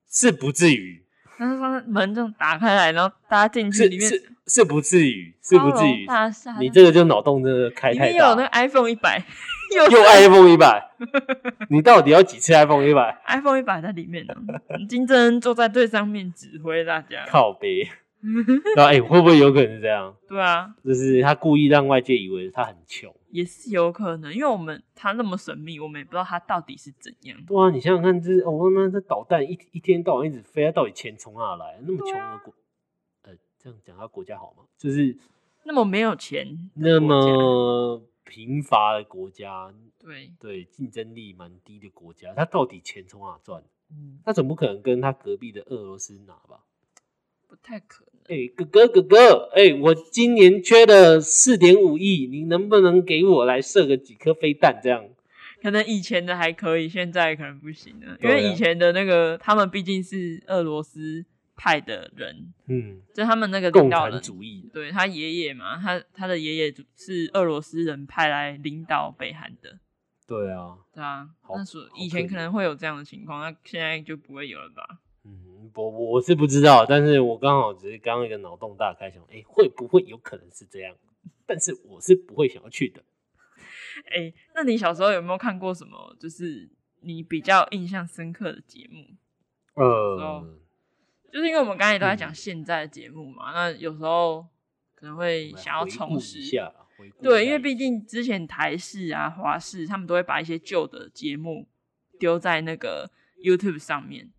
[SPEAKER 1] 是不至于，
[SPEAKER 2] 那座山门这样打开来，然后大家进去
[SPEAKER 1] 是
[SPEAKER 2] 里面，
[SPEAKER 1] 是是不至于，是不至于。
[SPEAKER 2] 大厦
[SPEAKER 1] 你这个就脑洞真的开
[SPEAKER 2] 里
[SPEAKER 1] 太
[SPEAKER 2] 面
[SPEAKER 1] 大
[SPEAKER 2] 有那个
[SPEAKER 1] 了，
[SPEAKER 2] iPhone 一百， 又
[SPEAKER 1] 又 iPhone 一百， 你到底要几次 iPhone 一百？
[SPEAKER 2] iPhone 一百在里面呢。嗯金正恩坐在最上面指挥大家，
[SPEAKER 1] 靠背，然后哎，会不会有可能是这样？
[SPEAKER 2] 对啊，
[SPEAKER 1] 就是他故意让外界以为他很穷。
[SPEAKER 2] 也是有可能，因为我们他那么神秘，我们也不知道他到底是怎样。
[SPEAKER 1] 对啊，你想想看，这哦，他妈这导弹一一天到晚一直飞，它到底钱从哪来？那么穷的国，呃，这样讲他国家好吗？就是
[SPEAKER 2] 那么没有钱
[SPEAKER 1] 那
[SPEAKER 2] 的国家，
[SPEAKER 1] 么贫乏的国家，
[SPEAKER 2] 对，
[SPEAKER 1] 对竞争力蛮低的国家，他到底钱从哪赚？
[SPEAKER 2] 嗯，
[SPEAKER 1] 他总不可能跟他隔壁的俄罗斯拿吧？
[SPEAKER 2] 不太可能。
[SPEAKER 1] 哎、哥哥哥哥，哎、我今年缺了四点五亿，你能不能给我来射个几颗飞弹？这样
[SPEAKER 2] 可能以前的还可以，现在可能不行了，因
[SPEAKER 1] 对啊
[SPEAKER 2] 为以前的那个他们毕竟是俄罗斯派的人，
[SPEAKER 1] 嗯，
[SPEAKER 2] 就他们那个领
[SPEAKER 1] 共
[SPEAKER 2] 导
[SPEAKER 1] 产
[SPEAKER 2] 人，
[SPEAKER 1] 主义，
[SPEAKER 2] 对他爷爷嘛，他他的爷爷是俄罗斯人派来领导北韩的，
[SPEAKER 1] 对啊，
[SPEAKER 2] 对啊，
[SPEAKER 1] 好
[SPEAKER 2] 那所
[SPEAKER 1] 好
[SPEAKER 2] 以前
[SPEAKER 1] 可
[SPEAKER 2] 可
[SPEAKER 1] 怜
[SPEAKER 2] 能会有这样的情况，那现在就不会有了吧？
[SPEAKER 1] 嗯，我我我是不知道，但是我刚好只是刚刚一个脑洞大开，想，哎、会不会有可能是这样？但是我是不会想要去的。
[SPEAKER 2] 哎、那你小时候有没有看过什么就是你比较印象深刻的节目？哦
[SPEAKER 1] 呃，
[SPEAKER 2] 就是因为我们刚才都在讲
[SPEAKER 1] 嗯
[SPEAKER 2] 现在的节目嘛，那有时候可能
[SPEAKER 1] 我
[SPEAKER 2] 会
[SPEAKER 1] 们来
[SPEAKER 2] 想要
[SPEAKER 1] 回顾
[SPEAKER 2] 重拾
[SPEAKER 1] 一下，回顾一
[SPEAKER 2] 对，
[SPEAKER 1] 下
[SPEAKER 2] 因为
[SPEAKER 1] 以
[SPEAKER 2] 毕竟之前台视啊、华视他们都会把一些旧的节目丢在那个 YouTube 上面，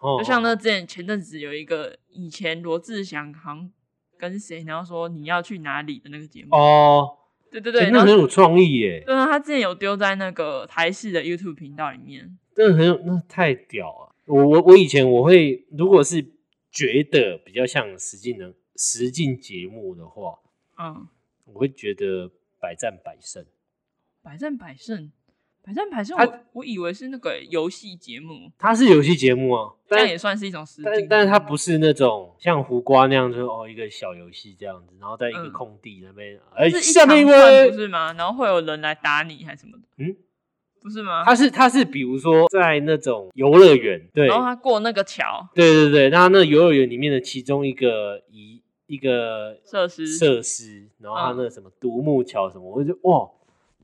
[SPEAKER 1] 哦
[SPEAKER 2] 就像那之前前阵子有一个以前罗志祥好像跟谁，然后说你要去哪里的那个节目，
[SPEAKER 1] 哦，
[SPEAKER 2] 对对
[SPEAKER 1] 诶
[SPEAKER 2] 对，
[SPEAKER 1] 那
[SPEAKER 2] 然
[SPEAKER 1] 很
[SPEAKER 2] 后
[SPEAKER 1] 有创意耶，
[SPEAKER 2] 对啊，他之前有丢在那个台视的 YouTube 频道里面，
[SPEAKER 1] 那很有，那太屌了。我我我以前我会，如果是觉得比较像实境能实境节目的话，
[SPEAKER 2] 嗯，
[SPEAKER 1] 我会觉得百战百胜。
[SPEAKER 2] 百战百胜。百战百胜
[SPEAKER 1] 他
[SPEAKER 2] 我，我以为是那个游戏节目，
[SPEAKER 1] 它是游戏节目啊，
[SPEAKER 2] 这
[SPEAKER 1] 但
[SPEAKER 2] 样也算是一种实
[SPEAKER 1] 但
[SPEAKER 2] 境。啊
[SPEAKER 1] 但是它不是那种像胡瓜那样，就是哦一个小游戏这样子，然后在一个
[SPEAKER 2] 嗯
[SPEAKER 1] 空地那边，哎、
[SPEAKER 2] 是一
[SPEAKER 1] 下
[SPEAKER 2] 场
[SPEAKER 1] 面一
[SPEAKER 2] 饭不
[SPEAKER 1] 位，
[SPEAKER 2] 是吗？然后会有人来打你还是什么的？
[SPEAKER 1] 嗯，
[SPEAKER 2] 不是吗？
[SPEAKER 1] 它是它是比如说在那种游乐园，对
[SPEAKER 2] 然后他过那个桥
[SPEAKER 1] 对对对，那那游乐园里面的其中一个一一个
[SPEAKER 2] 设施，
[SPEAKER 1] 设施，然后它
[SPEAKER 2] 嗯
[SPEAKER 1] 那个什么独木桥什么，我就哇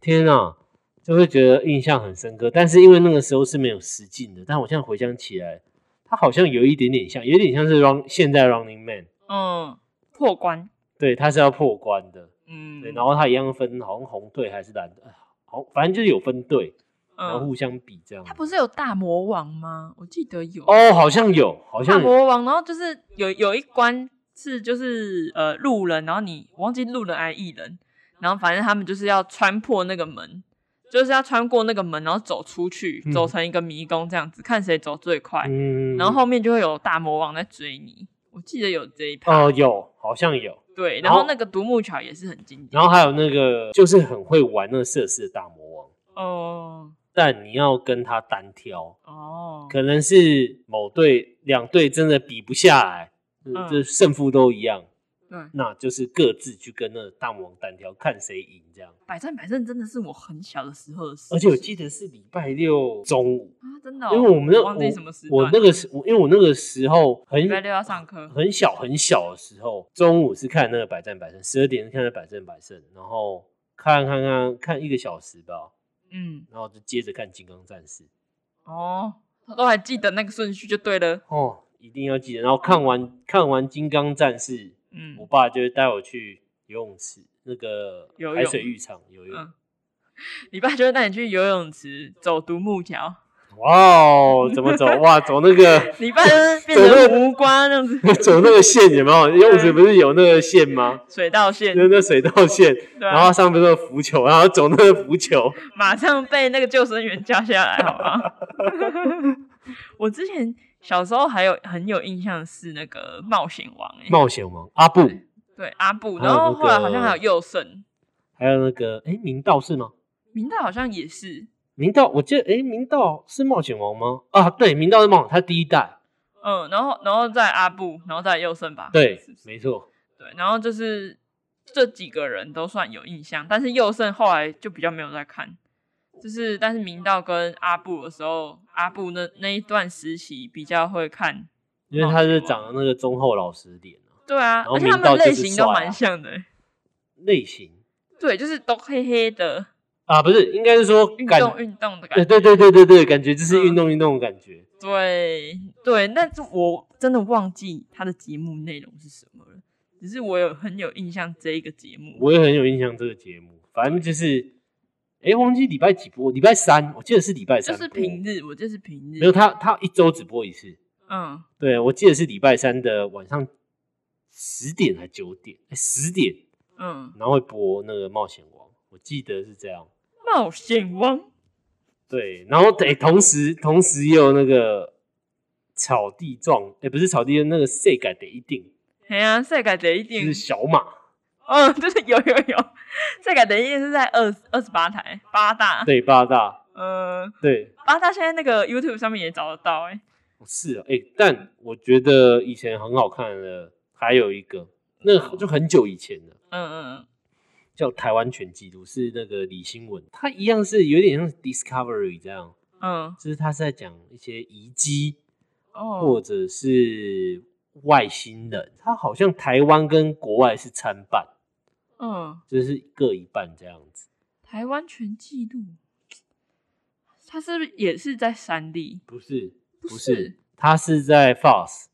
[SPEAKER 1] 天啊，就会觉得印象很深刻。但是因为那个时候是没有实境的，但我现在回想起来，它好像有一点点像，有点像是 Run 现在 Running Man。
[SPEAKER 2] 嗯，破关，
[SPEAKER 1] 对，它是要破关的，
[SPEAKER 2] 嗯，
[SPEAKER 1] 对，然后它一样分，好像红队还是蓝队，哎好，反正就是有分队，然后
[SPEAKER 2] 嗯，
[SPEAKER 1] 互相比这样。
[SPEAKER 2] 他不是有大魔王吗？我记得有
[SPEAKER 1] 哦，好像有，好
[SPEAKER 2] 大
[SPEAKER 1] 像有，
[SPEAKER 2] 魔王，然后就是有有一关是就是呃路人，然后你我忘记路人还是艺人，然后反正他们就是要穿破那个门。就是要穿过那个门，然后走出去，
[SPEAKER 1] 嗯
[SPEAKER 2] 走成一个迷宫这样子，看谁走最快。
[SPEAKER 1] 嗯
[SPEAKER 2] 然后后面就会有大魔王在追你。我记得有这一趴，
[SPEAKER 1] 哦有，好像有，
[SPEAKER 2] 对，
[SPEAKER 1] 然
[SPEAKER 2] 然
[SPEAKER 1] 后
[SPEAKER 2] 后那个独木桥也是很经典。
[SPEAKER 1] 然后还有那个就是很会玩那个设施的大魔王，
[SPEAKER 2] 哦
[SPEAKER 1] 但你要跟他单挑，
[SPEAKER 2] 哦，
[SPEAKER 1] 可能是某队两队真的比不下来，嗯
[SPEAKER 2] 嗯
[SPEAKER 1] 这胜负都一样，
[SPEAKER 2] 对，
[SPEAKER 1] 那就是各自去跟那个大魔王单挑，看谁赢这样。
[SPEAKER 2] 百战百胜真的是我很小的时候的事情，
[SPEAKER 1] 而且我记得是礼拜六中午，
[SPEAKER 2] 啊，真的哦、
[SPEAKER 1] 因为我们那
[SPEAKER 2] 忘记什么时
[SPEAKER 1] 我我
[SPEAKER 2] 段
[SPEAKER 1] 那个时，我因为我那个时候很
[SPEAKER 2] 礼拜六要上课
[SPEAKER 1] 很小很小的时候，中午是看那个百战百胜，十二点是看那百战百胜，然后看看看看一个小时吧，
[SPEAKER 2] 嗯
[SPEAKER 1] 然后就接着看金刚战士。
[SPEAKER 2] 哦，都还记得那个顺序就对了，
[SPEAKER 1] 哦，一定要记得。然后看完看完金刚战士，
[SPEAKER 2] 嗯
[SPEAKER 1] 我爸就会带我去游泳池那个
[SPEAKER 2] 游
[SPEAKER 1] 海
[SPEAKER 2] 泳
[SPEAKER 1] 水浴场游泳。
[SPEAKER 2] 嗯，你爸就会带你去游泳池走独木 桥，
[SPEAKER 1] 哇哦，怎么 走？哇，走那个
[SPEAKER 2] 你爸就是变
[SPEAKER 1] 走那个
[SPEAKER 2] 成无关这样 子，
[SPEAKER 1] 走那个线有没有？游泳池不是有那个线吗？
[SPEAKER 2] 水道线，
[SPEAKER 1] 就是那水道线，
[SPEAKER 2] 对啊嗯
[SPEAKER 1] 然后上面那个浮球，然后走那个浮球。
[SPEAKER 2] 马上被那个救生员叫下来，好 吗？我之前小时候还有很有印象是那个冒险王、欸，
[SPEAKER 1] 冒哦险王阿布，
[SPEAKER 2] 对阿布，
[SPEAKER 1] 还
[SPEAKER 2] 然
[SPEAKER 1] 有那
[SPEAKER 2] 后后来好像还
[SPEAKER 1] 个
[SPEAKER 2] 有佑胜，
[SPEAKER 1] 还有那个哎，明道是吗？
[SPEAKER 2] 明道好像也是，
[SPEAKER 1] 明道，我记得哎，明道是冒险王吗？啊，对，明道是冒，他第一代，
[SPEAKER 2] 嗯，然后然后再阿布，然后再佑胜吧，
[SPEAKER 1] 对
[SPEAKER 2] 啊是不，是
[SPEAKER 1] 没错，
[SPEAKER 2] 对，然后就是这几个人都算有印象，但是佑胜后来就比较没有在看，就是但是明道跟阿布的时候，阿布那那一段时期比较会看，
[SPEAKER 1] 因为他是
[SPEAKER 2] 冒险王
[SPEAKER 1] 长得那个忠厚老实脸啊
[SPEAKER 2] 对啊，
[SPEAKER 1] 然后
[SPEAKER 2] 而且他
[SPEAKER 1] 明道
[SPEAKER 2] 们类
[SPEAKER 1] 就是
[SPEAKER 2] 型都
[SPEAKER 1] 帅啊
[SPEAKER 2] 蛮像的欸、
[SPEAKER 1] 类型。
[SPEAKER 2] 对，就是都黑黑的，
[SPEAKER 1] 啊，不是，应该是说
[SPEAKER 2] 运
[SPEAKER 1] 感，
[SPEAKER 2] 动运动的感
[SPEAKER 1] 对
[SPEAKER 2] 觉。
[SPEAKER 1] 对对对对对，感觉就是
[SPEAKER 2] 嗯
[SPEAKER 1] 运动运动的感觉。
[SPEAKER 2] 对对，但是我真的忘记他的节目内容是什么了，只是我有很有印象这一个节目。
[SPEAKER 1] 我也很有印象这个节目，反正就是，哎，忘记礼拜几播，礼拜三，我记得是礼拜
[SPEAKER 2] 就
[SPEAKER 1] 三
[SPEAKER 2] 是
[SPEAKER 1] 播
[SPEAKER 2] 平日，我就是平日。
[SPEAKER 1] 没有他，他一周只播一次。
[SPEAKER 2] 嗯，
[SPEAKER 1] 对，我记得是礼拜三的晚上十点还九点，十点，
[SPEAKER 2] 嗯，
[SPEAKER 1] 然后会播那个冒险王，我记得是这样。
[SPEAKER 2] 冒险王，
[SPEAKER 1] 对，然后诶，同时同时也有那个草地撞，诶，不是草地，那个 s e g 的一定
[SPEAKER 2] 哎呀、赛改的一
[SPEAKER 1] 就
[SPEAKER 2] 定
[SPEAKER 1] 是，小马。
[SPEAKER 2] 嗯， 就是有有有，赛改的一定是在二二十八台八 大，，
[SPEAKER 1] 对，八大，
[SPEAKER 2] 嗯，
[SPEAKER 1] 对，
[SPEAKER 2] 八大现在那个 YouTube 上面也找得到、欸，哎，
[SPEAKER 1] 是啊，哎、但我觉得以前很好看的还有一个，那就很久以前了，
[SPEAKER 2] 嗯嗯
[SPEAKER 1] 叫《台湾拳击图》，是那个李新文，他一样是有点像 Discovery 这样，
[SPEAKER 2] 嗯嗯，
[SPEAKER 1] 就是他是在讲一些遗迹
[SPEAKER 2] 哦，
[SPEAKER 1] 或者是外星人，他好像台湾跟国外是参半，
[SPEAKER 2] 嗯。
[SPEAKER 1] 就是各一半这样子，
[SPEAKER 2] 台湾全纪录，它是不是也是在山地？
[SPEAKER 1] 不是，
[SPEAKER 2] 不
[SPEAKER 1] 不
[SPEAKER 2] 是
[SPEAKER 1] 是，他是在 Fox，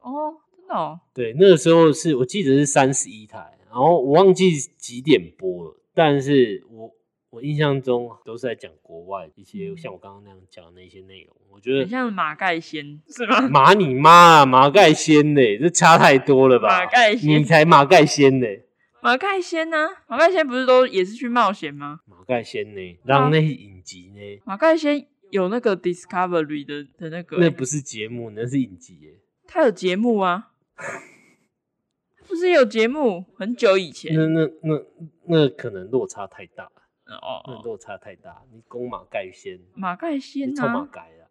[SPEAKER 2] 哦，真的哦，
[SPEAKER 1] 对，那个时候是我记得是三十一台，然后我忘记几点播了，但是我我印象中都是在讲国外一些、
[SPEAKER 2] 嗯
[SPEAKER 1] 像我刚刚那样讲的那些内容，我觉
[SPEAKER 2] 很
[SPEAKER 1] 得
[SPEAKER 2] 像马盖先 是吗？
[SPEAKER 1] 马你妈、啊、马盖先嘞、这差太多了吧？
[SPEAKER 2] 马盖先
[SPEAKER 1] 你才马盖先嘞、
[SPEAKER 2] 马盖先呢、马盖先不是都也是去冒险吗？
[SPEAKER 1] 马盖先呢、
[SPEAKER 2] 啊
[SPEAKER 1] 让那些影集呢、
[SPEAKER 2] 马盖先有那个 Discovery 的的那个欸、
[SPEAKER 1] 那不是节目，那是影集耶、
[SPEAKER 2] 他有节目啊，他不是有节目？很久以前
[SPEAKER 1] 那那那那可能落差太大了，
[SPEAKER 2] 哦
[SPEAKER 1] 那
[SPEAKER 2] 哦，
[SPEAKER 1] 落差太大，你攻马盖先，
[SPEAKER 2] 马盖
[SPEAKER 1] 你
[SPEAKER 2] 先
[SPEAKER 1] 臭马
[SPEAKER 2] 啊，
[SPEAKER 1] 盖了，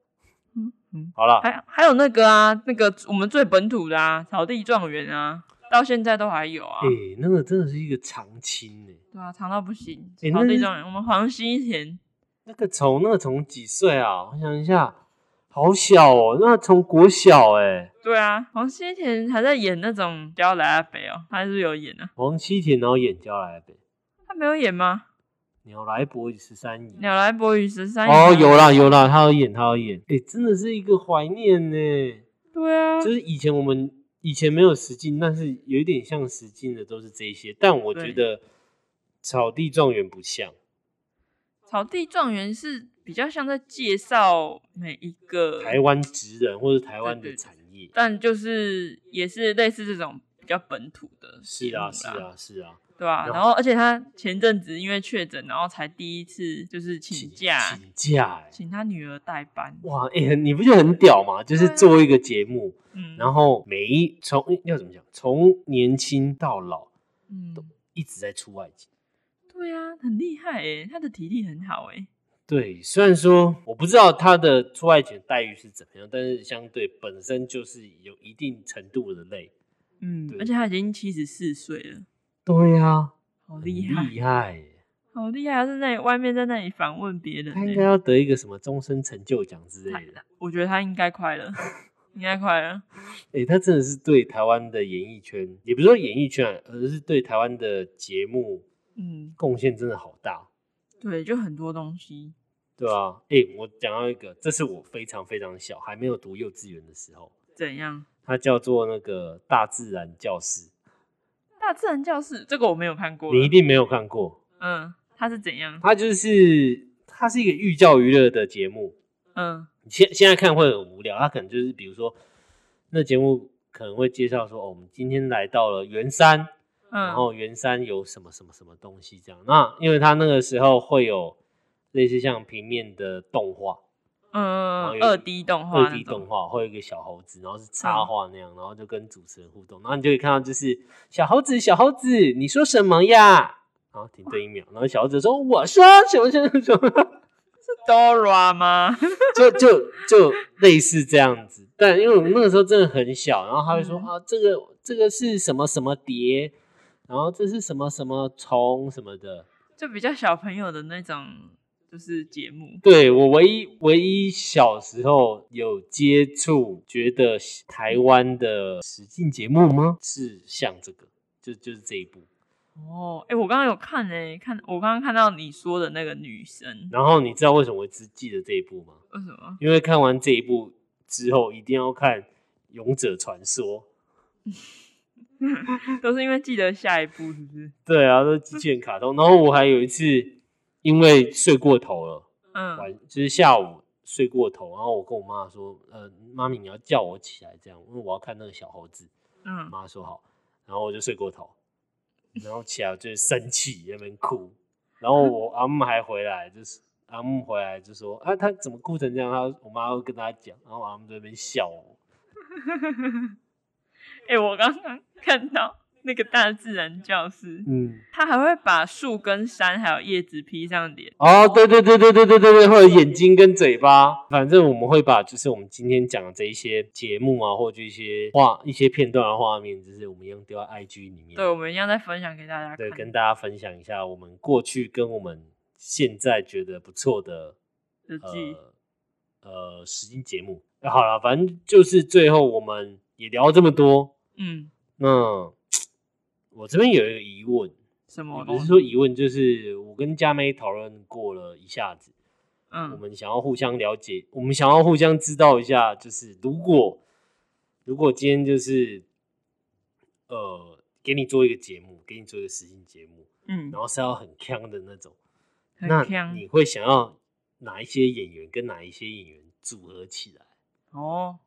[SPEAKER 2] 嗯嗯，
[SPEAKER 1] 好了。
[SPEAKER 2] 还还有那个啊，那个我们最本土的啊，草地状元啊，到现在都还有啊。
[SPEAKER 1] 哎、那个真的是一个长青哎、
[SPEAKER 2] 对啊，长到不行，
[SPEAKER 1] 欸
[SPEAKER 2] 草
[SPEAKER 1] 那
[SPEAKER 2] 地
[SPEAKER 1] 是
[SPEAKER 2] 状元。我们黄西田，
[SPEAKER 1] 那个从那个从几岁啊？我想一下，好小哦，那从国小哎、
[SPEAKER 2] 对啊，黄西田还在演那种《娇来阿北》哦，他是不是有演啊？
[SPEAKER 1] 黄西田然后演交来呗，
[SPEAKER 2] 他没有演吗？
[SPEAKER 1] 鸟来伯与十三姨。
[SPEAKER 2] 鸟来伯与十三姨
[SPEAKER 1] 哦，
[SPEAKER 2] 吗
[SPEAKER 1] 有啦有啦，他有演，他有演，哎、真的是一个怀念呢、
[SPEAKER 2] 对啊，
[SPEAKER 1] 就是以前我们以前没有实境，但是有一点像实境的都是这一些，但我觉
[SPEAKER 2] 对
[SPEAKER 1] 得草地状元不像，
[SPEAKER 2] 草地状元是比较像在介绍每一个
[SPEAKER 1] 台，湾职人或者台湾
[SPEAKER 2] 对
[SPEAKER 1] 的
[SPEAKER 2] 对
[SPEAKER 1] 产业，
[SPEAKER 2] 但就是也是类似这种比较本土的
[SPEAKER 1] 是
[SPEAKER 2] 节目
[SPEAKER 1] 啊
[SPEAKER 2] 啦，
[SPEAKER 1] 是啊是啊，
[SPEAKER 2] 对啊。
[SPEAKER 1] 然后
[SPEAKER 2] 然后而且他前阵子因为确诊，然后才第一次就是请假，
[SPEAKER 1] 请假、哎
[SPEAKER 2] 请他女儿代班，
[SPEAKER 1] 哇，哎、很你不就很屌吗？就是
[SPEAKER 2] 对啊
[SPEAKER 1] 做一个节目，
[SPEAKER 2] 嗯，
[SPEAKER 1] 然后每一从要怎么讲，从年轻到老
[SPEAKER 2] 嗯，
[SPEAKER 1] 一直在出外景。
[SPEAKER 2] 对啊，很厉害诶，他的体力很好诶。
[SPEAKER 1] 对，虽然说我不知道他的出外景待遇是怎么样，但是相对本身就是有一定程度的累，
[SPEAKER 2] 嗯
[SPEAKER 1] 对，
[SPEAKER 2] 而且他已经七十四岁了，
[SPEAKER 1] 对呀、
[SPEAKER 2] 好
[SPEAKER 1] 很
[SPEAKER 2] 厉害，
[SPEAKER 1] 厉害 耶！
[SPEAKER 2] 好厉害！他啊在那里外面在那里访问别人
[SPEAKER 1] 他
[SPEAKER 2] 呢、
[SPEAKER 1] 应该要得一个什么终身成就奖之类的。
[SPEAKER 2] 我觉得他应该快了，应该快了。
[SPEAKER 1] 诶、哎他真的是对台湾的演艺圈，也不是说演艺圈、啊，而是对台湾的节目
[SPEAKER 2] 嗯，
[SPEAKER 1] 贡献真的好大，
[SPEAKER 2] 对，就很多东西。
[SPEAKER 1] 对啊，诶、我讲到一个，这是我非常非常小，还没有读幼稚园的时候，
[SPEAKER 2] 怎样？
[SPEAKER 1] 它叫做那个大自然教室，
[SPEAKER 2] 大自然教室这个我没有看过了，
[SPEAKER 1] 你一定没有看过，
[SPEAKER 2] 嗯，他是怎样？
[SPEAKER 1] 它就是它是一个寓教于乐的节目，
[SPEAKER 2] 嗯
[SPEAKER 1] 你现现在看会很无聊，它可能就是比如说那节目可能会介绍说，哦，我们今天来到了圆山，然
[SPEAKER 2] 嗯
[SPEAKER 1] 后圆山有什么什么什么东西这样。那因为它那个时候会有类似像平面的动画，后
[SPEAKER 2] 嗯，
[SPEAKER 1] 有
[SPEAKER 2] 二 D 动画那
[SPEAKER 1] 二
[SPEAKER 2] 种，
[SPEAKER 1] D 动画，会有一个小猴子，然后是插画那样，然后就跟主持人互动，然后你就可以看到就是小猴子，小猴子，你说什么呀？然后停顿一秒，然后小猴子说：“我说什么什么什么。”
[SPEAKER 2] 是 Dora 吗？
[SPEAKER 1] 就就就类似这样子，但因为我们那个时候真的很小，然后他会说、
[SPEAKER 2] 嗯
[SPEAKER 1] 啊，这个这个是什么什么蝶，然后这是什么什么虫什么的。
[SPEAKER 2] 就比较小朋友的那种，就是节目。
[SPEAKER 1] 对我唯一唯一小时候有接触，觉得台湾的实境节目吗？是像这个，就就是这一部。
[SPEAKER 2] 哦，哎、我刚刚有看诶、看我刚刚看到你说的那个女生，
[SPEAKER 1] 然后你知道为什么我只记得这一部吗？
[SPEAKER 2] 为什么？
[SPEAKER 1] 因为看完这一部之后，一定要看《勇者传说》。
[SPEAKER 2] 都是因为记得下一步是不是？
[SPEAKER 1] 对啊，都机器人卡通。然后我还有一次因为睡过头了，
[SPEAKER 2] 嗯
[SPEAKER 1] 晚就是下午睡过头，然后我跟我妈说，呃，妈咪你要叫我起来这样，因为我要看那个小猴子。我
[SPEAKER 2] 嗯，
[SPEAKER 1] 妈说好，然后我就睡过头，然后起来就是生气，在那边哭。然后我阿木还回来，就是阿木回来就说啊，他怎么哭成这样？他我妈会跟他讲，然后阿木在那边笑我。
[SPEAKER 2] 哎、我刚刚看到那个大自然教室，
[SPEAKER 1] 嗯，
[SPEAKER 2] 它还会把树跟山还有叶子披上脸。
[SPEAKER 1] 哦，对对对对对对对对，会有眼睛跟嘴巴，反正我们会把就是我们今天讲的这一些节目啊，或者一些画、一些片段的啊画面，就是我们用丢在 IG 里面，
[SPEAKER 2] 对，我们一样再分享给大家
[SPEAKER 1] 嗯
[SPEAKER 2] 看。
[SPEAKER 1] 对，跟大家分享一下我们过去跟我们现在觉得不错的
[SPEAKER 2] 日记，
[SPEAKER 1] 呃呃实境节目。那好了，反正就是最后我们也聊了这么多，
[SPEAKER 2] 嗯，
[SPEAKER 1] 那我这边有一个疑问，
[SPEAKER 2] 什么
[SPEAKER 1] 也
[SPEAKER 2] 东
[SPEAKER 1] 不
[SPEAKER 2] 西？
[SPEAKER 1] 是说疑问，就是我跟佳妹讨论过了一下子。我
[SPEAKER 2] 嗯
[SPEAKER 1] 们想要互相了解，我们想要互相知道一下，就是如果如果今天就是呃，给你做一个节目，给你做一个实境节目，
[SPEAKER 2] 嗯，
[SPEAKER 1] 然后是要很强的那种，
[SPEAKER 2] 很
[SPEAKER 1] 那
[SPEAKER 2] 强
[SPEAKER 1] 你会想要哪一些演员跟哪一些演员组合起来？
[SPEAKER 2] 哦。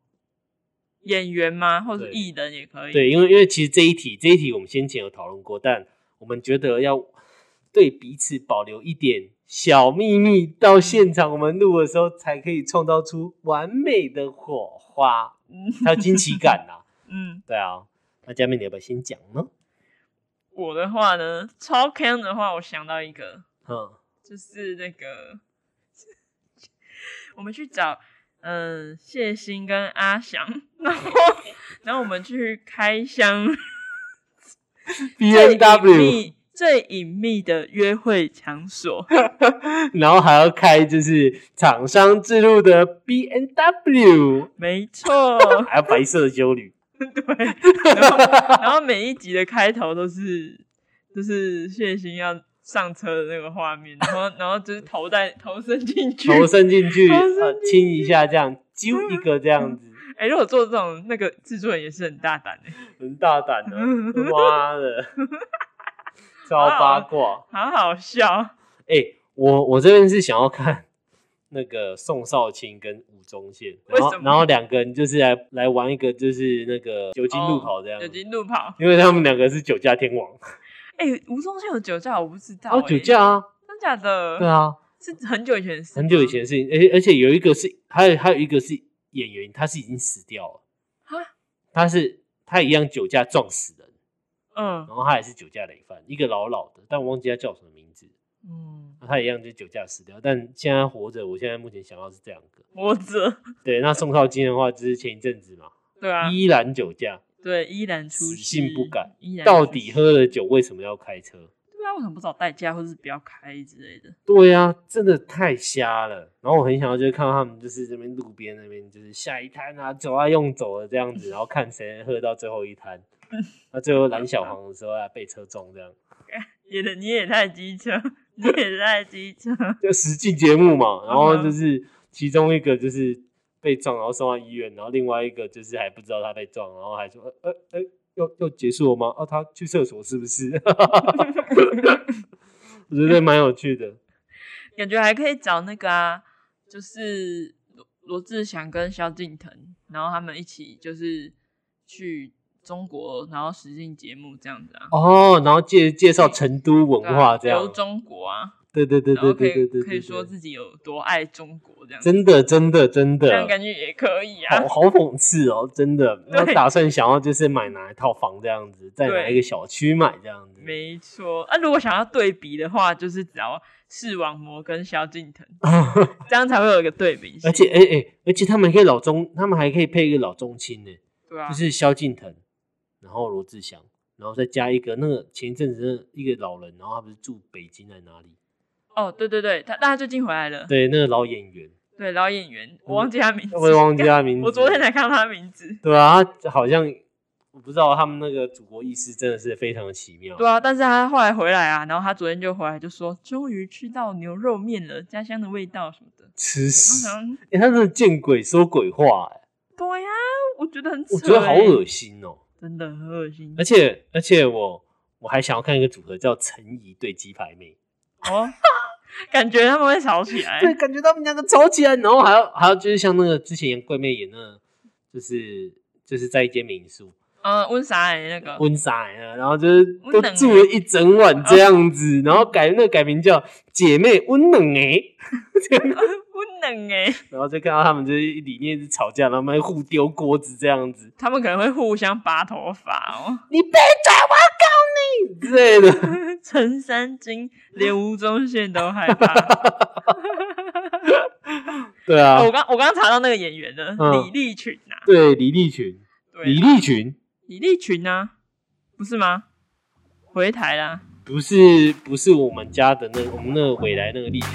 [SPEAKER 2] 演员吗？或是
[SPEAKER 1] 对
[SPEAKER 2] 艺人也可以。
[SPEAKER 1] 对，因为因为其实这一题这一题我们先前有讨论过，但我们觉得要对彼此保留一点小秘密，到现场我们录的时候才可以创造出完美的火花，
[SPEAKER 2] 嗯
[SPEAKER 1] 还有惊奇感呐、
[SPEAKER 2] 嗯，
[SPEAKER 1] 对啊，那佳妹你要不要先讲 呢？
[SPEAKER 2] 我的话呢，超 can 的话，我想到一个，
[SPEAKER 1] 嗯，
[SPEAKER 2] 就是那个， 我们去找嗯、呃谢欣跟阿翔， 然后然后我们去开箱
[SPEAKER 1] B
[SPEAKER 2] 最
[SPEAKER 1] N
[SPEAKER 2] 隐
[SPEAKER 1] W，
[SPEAKER 2] 秘最隐秘的约会场所。
[SPEAKER 1] 然后还要开就是厂商制入的 B N W，
[SPEAKER 2] 没错，
[SPEAKER 1] 还有白色的修女，
[SPEAKER 2] 对。然后然后每一集的开头都是就是谢欣要上车的那个画面，然后然后就是头在头伸进去，
[SPEAKER 1] 头伸进去，
[SPEAKER 2] 头伸
[SPEAKER 1] 呃，
[SPEAKER 2] 进
[SPEAKER 1] 亲一下这样，揪一个这样子。
[SPEAKER 2] 哎、如果做这种，那个制作人也是很大胆的、
[SPEAKER 1] 很大胆的，妈的，超八卦。
[SPEAKER 2] 好好笑。
[SPEAKER 1] 哎、我我这边是想要看那个宋少卿跟吴宗宪，然后
[SPEAKER 2] 为什么
[SPEAKER 1] 然后两个人就是来来玩一个就是那个酒精路跑这样，
[SPEAKER 2] 哦酒精路跑，
[SPEAKER 1] 因为他们两个是酒驾天王，
[SPEAKER 2] 哎、吴宗宪有酒驾，我不知道、
[SPEAKER 1] 哦，
[SPEAKER 2] 哎
[SPEAKER 1] 酒，驾啊，
[SPEAKER 2] 真假的？
[SPEAKER 1] 对，啊，
[SPEAKER 2] 是很久以前的事，
[SPEAKER 1] 很久以前。的事情，而且而且有一个是还有还有一个是演员，他是已经死掉了，
[SPEAKER 2] 哈，
[SPEAKER 1] 他是他一样酒驾撞死人，
[SPEAKER 2] 嗯
[SPEAKER 1] 然后他也是酒驾累犯，一个老老的，但我忘记他叫什么名字。
[SPEAKER 2] 嗯，
[SPEAKER 1] 那他一样就酒驾死掉，但现在活着，我现在目前想到是这两个。
[SPEAKER 2] 我这，
[SPEAKER 1] 对，那宋少卿的话，就是前一阵子嘛，
[SPEAKER 2] 对啊，
[SPEAKER 1] 依然酒驾，
[SPEAKER 2] 对，依然出
[SPEAKER 1] 死
[SPEAKER 2] 事，
[SPEAKER 1] 性不改，
[SPEAKER 2] 依然
[SPEAKER 1] 到
[SPEAKER 2] 出
[SPEAKER 1] 底
[SPEAKER 2] 事
[SPEAKER 1] 喝了酒为什么要开车？
[SPEAKER 2] 对啊，为什么不找代驾或是不要开之类的？
[SPEAKER 1] 对啊，真的太瞎了。然后我很想要就是看到他们就是这边路边那边就是下一摊啊，走啊用走的这样子，然后看谁喝到最后一摊。
[SPEAKER 2] 嗯
[SPEAKER 1] 那最后拦小黄的时候啊，被车撞这样，
[SPEAKER 2] 也的你也太机车，你也太机车，
[SPEAKER 1] 就实际节目嘛。然后
[SPEAKER 2] 嗯哼
[SPEAKER 1] 就是其中一个就是被撞，然后送到医院，然后另外一个就是还不知道他被撞，然后还说呃呃呃，要要结束了吗？哦、他去厕所是不是？ 我觉得蛮有趣的。
[SPEAKER 2] 感觉还可以找那个啊，就是罗罗志祥跟萧敬腾，然后他们一起就是去中国，然后实境节目这样子啊。
[SPEAKER 1] 哦，然后介介绍成都文
[SPEAKER 2] 对啊
[SPEAKER 1] 化这样
[SPEAKER 2] 留，中国啊，
[SPEAKER 1] 对对对
[SPEAKER 2] 然后
[SPEAKER 1] 对
[SPEAKER 2] 可以
[SPEAKER 1] 对对对，
[SPEAKER 2] 可
[SPEAKER 1] 对
[SPEAKER 2] 以说
[SPEAKER 1] 对
[SPEAKER 2] 自己有多爱中国这样子，
[SPEAKER 1] 真的真的真
[SPEAKER 2] 这样
[SPEAKER 1] 的，
[SPEAKER 2] 感觉也可以啊
[SPEAKER 1] 好。好讽刺哦，真的。
[SPEAKER 2] 对
[SPEAKER 1] 我打算想要就是买哪一套房这样子，在哪一
[SPEAKER 2] 对
[SPEAKER 1] 个小区买这样子，
[SPEAKER 2] 没错啊，如果想要对比的话，就是找视网膜跟萧 敬腾，这样才会有一个对比性。
[SPEAKER 1] 而且哎哎、而且他们可以老中，他们还可以配一个老中青呢，
[SPEAKER 2] 对啊，
[SPEAKER 1] 就是萧敬腾，然后罗志祥，然后再加一个那个前一阵子那一个老人，然后他不是住北京在哪里？
[SPEAKER 2] 哦，对对对，他但他最近回来了，
[SPEAKER 1] 对，那个老演 员，
[SPEAKER 2] 对老演员，我忘记他名字，
[SPEAKER 1] 我也忘记他名字。
[SPEAKER 2] 我昨天才看到他的名字。
[SPEAKER 1] 对啊，他好像我不知道他们那个祖国意识真的是非常的奇妙。
[SPEAKER 2] 对啊，但是他后来回来啊，然后他昨天就回来就说，终于吃到牛肉面了，家乡的味道什么的。
[SPEAKER 1] 吃
[SPEAKER 2] 我
[SPEAKER 1] 屎！
[SPEAKER 2] 想，
[SPEAKER 1] 哎、他真的见鬼说鬼话、欸，
[SPEAKER 2] 对呀、我觉得很扯、欸，
[SPEAKER 1] 我觉得好恶心哦、
[SPEAKER 2] 真的很恶心
[SPEAKER 1] 而。且而且我我还想要看一个组合叫陈怡对鸡排妹，
[SPEAKER 2] 哦， 感觉他们会吵起来。
[SPEAKER 1] 对，感觉他们两个吵起来，然后还要还要就是像那个之前杨贵妹演那个，就是就是在一间民宿
[SPEAKER 2] 嗯，温莎欸那 个，
[SPEAKER 1] 温莎来了，然后就是
[SPEAKER 2] 温
[SPEAKER 1] 都
[SPEAKER 2] 冷欸
[SPEAKER 1] 住了一整晚这样子，然后改那个改名叫姐妹温冷哎、
[SPEAKER 2] 温冷哎、
[SPEAKER 1] 然后再看到他们就是理念是吵架，然后他们互丢锅子这样子，
[SPEAKER 2] 他们可能会互相拔头发哦。
[SPEAKER 1] 你闭嘴，我要告你之类的。
[SPEAKER 2] 陈三金连吴宗宪都害怕。
[SPEAKER 1] 对啊，
[SPEAKER 2] 哦我刚我刚查到那个演员了，
[SPEAKER 1] 嗯
[SPEAKER 2] 李立群啊，
[SPEAKER 1] 对李立群，
[SPEAKER 2] 对
[SPEAKER 1] 李立群
[SPEAKER 2] 李立群啊，不是吗？回台啦，
[SPEAKER 1] 不是不是我们家的那我们那个未来那个立群，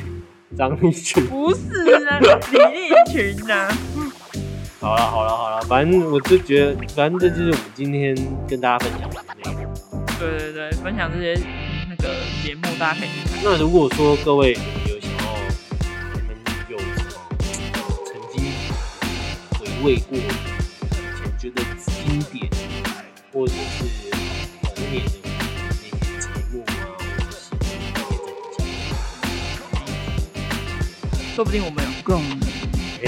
[SPEAKER 1] 张立群。
[SPEAKER 2] 不是啊，李立群啊，
[SPEAKER 1] 好了好了好了，反正我就觉得，反正这就是我们今天跟大家分享的内容。
[SPEAKER 2] 对对对，分享这些那个节目，大家可以去看。
[SPEAKER 1] 那如果说各位你们有想要，你们有什么曾经回味过，以前觉得经典，或者是童年的那些节目啊，或者是
[SPEAKER 2] 说不定我们有共鸣。
[SPEAKER 1] 哎、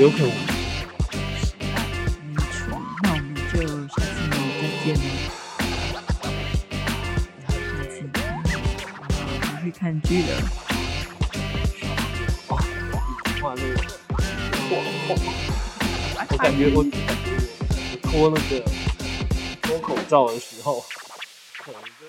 [SPEAKER 1] 有有可能
[SPEAKER 2] 没错，那我们就下次呢再见了。下次我们去看剧了。
[SPEAKER 1] 画那个，哇哇我感觉我感觉我我脱那个脱口罩的时候，可能就。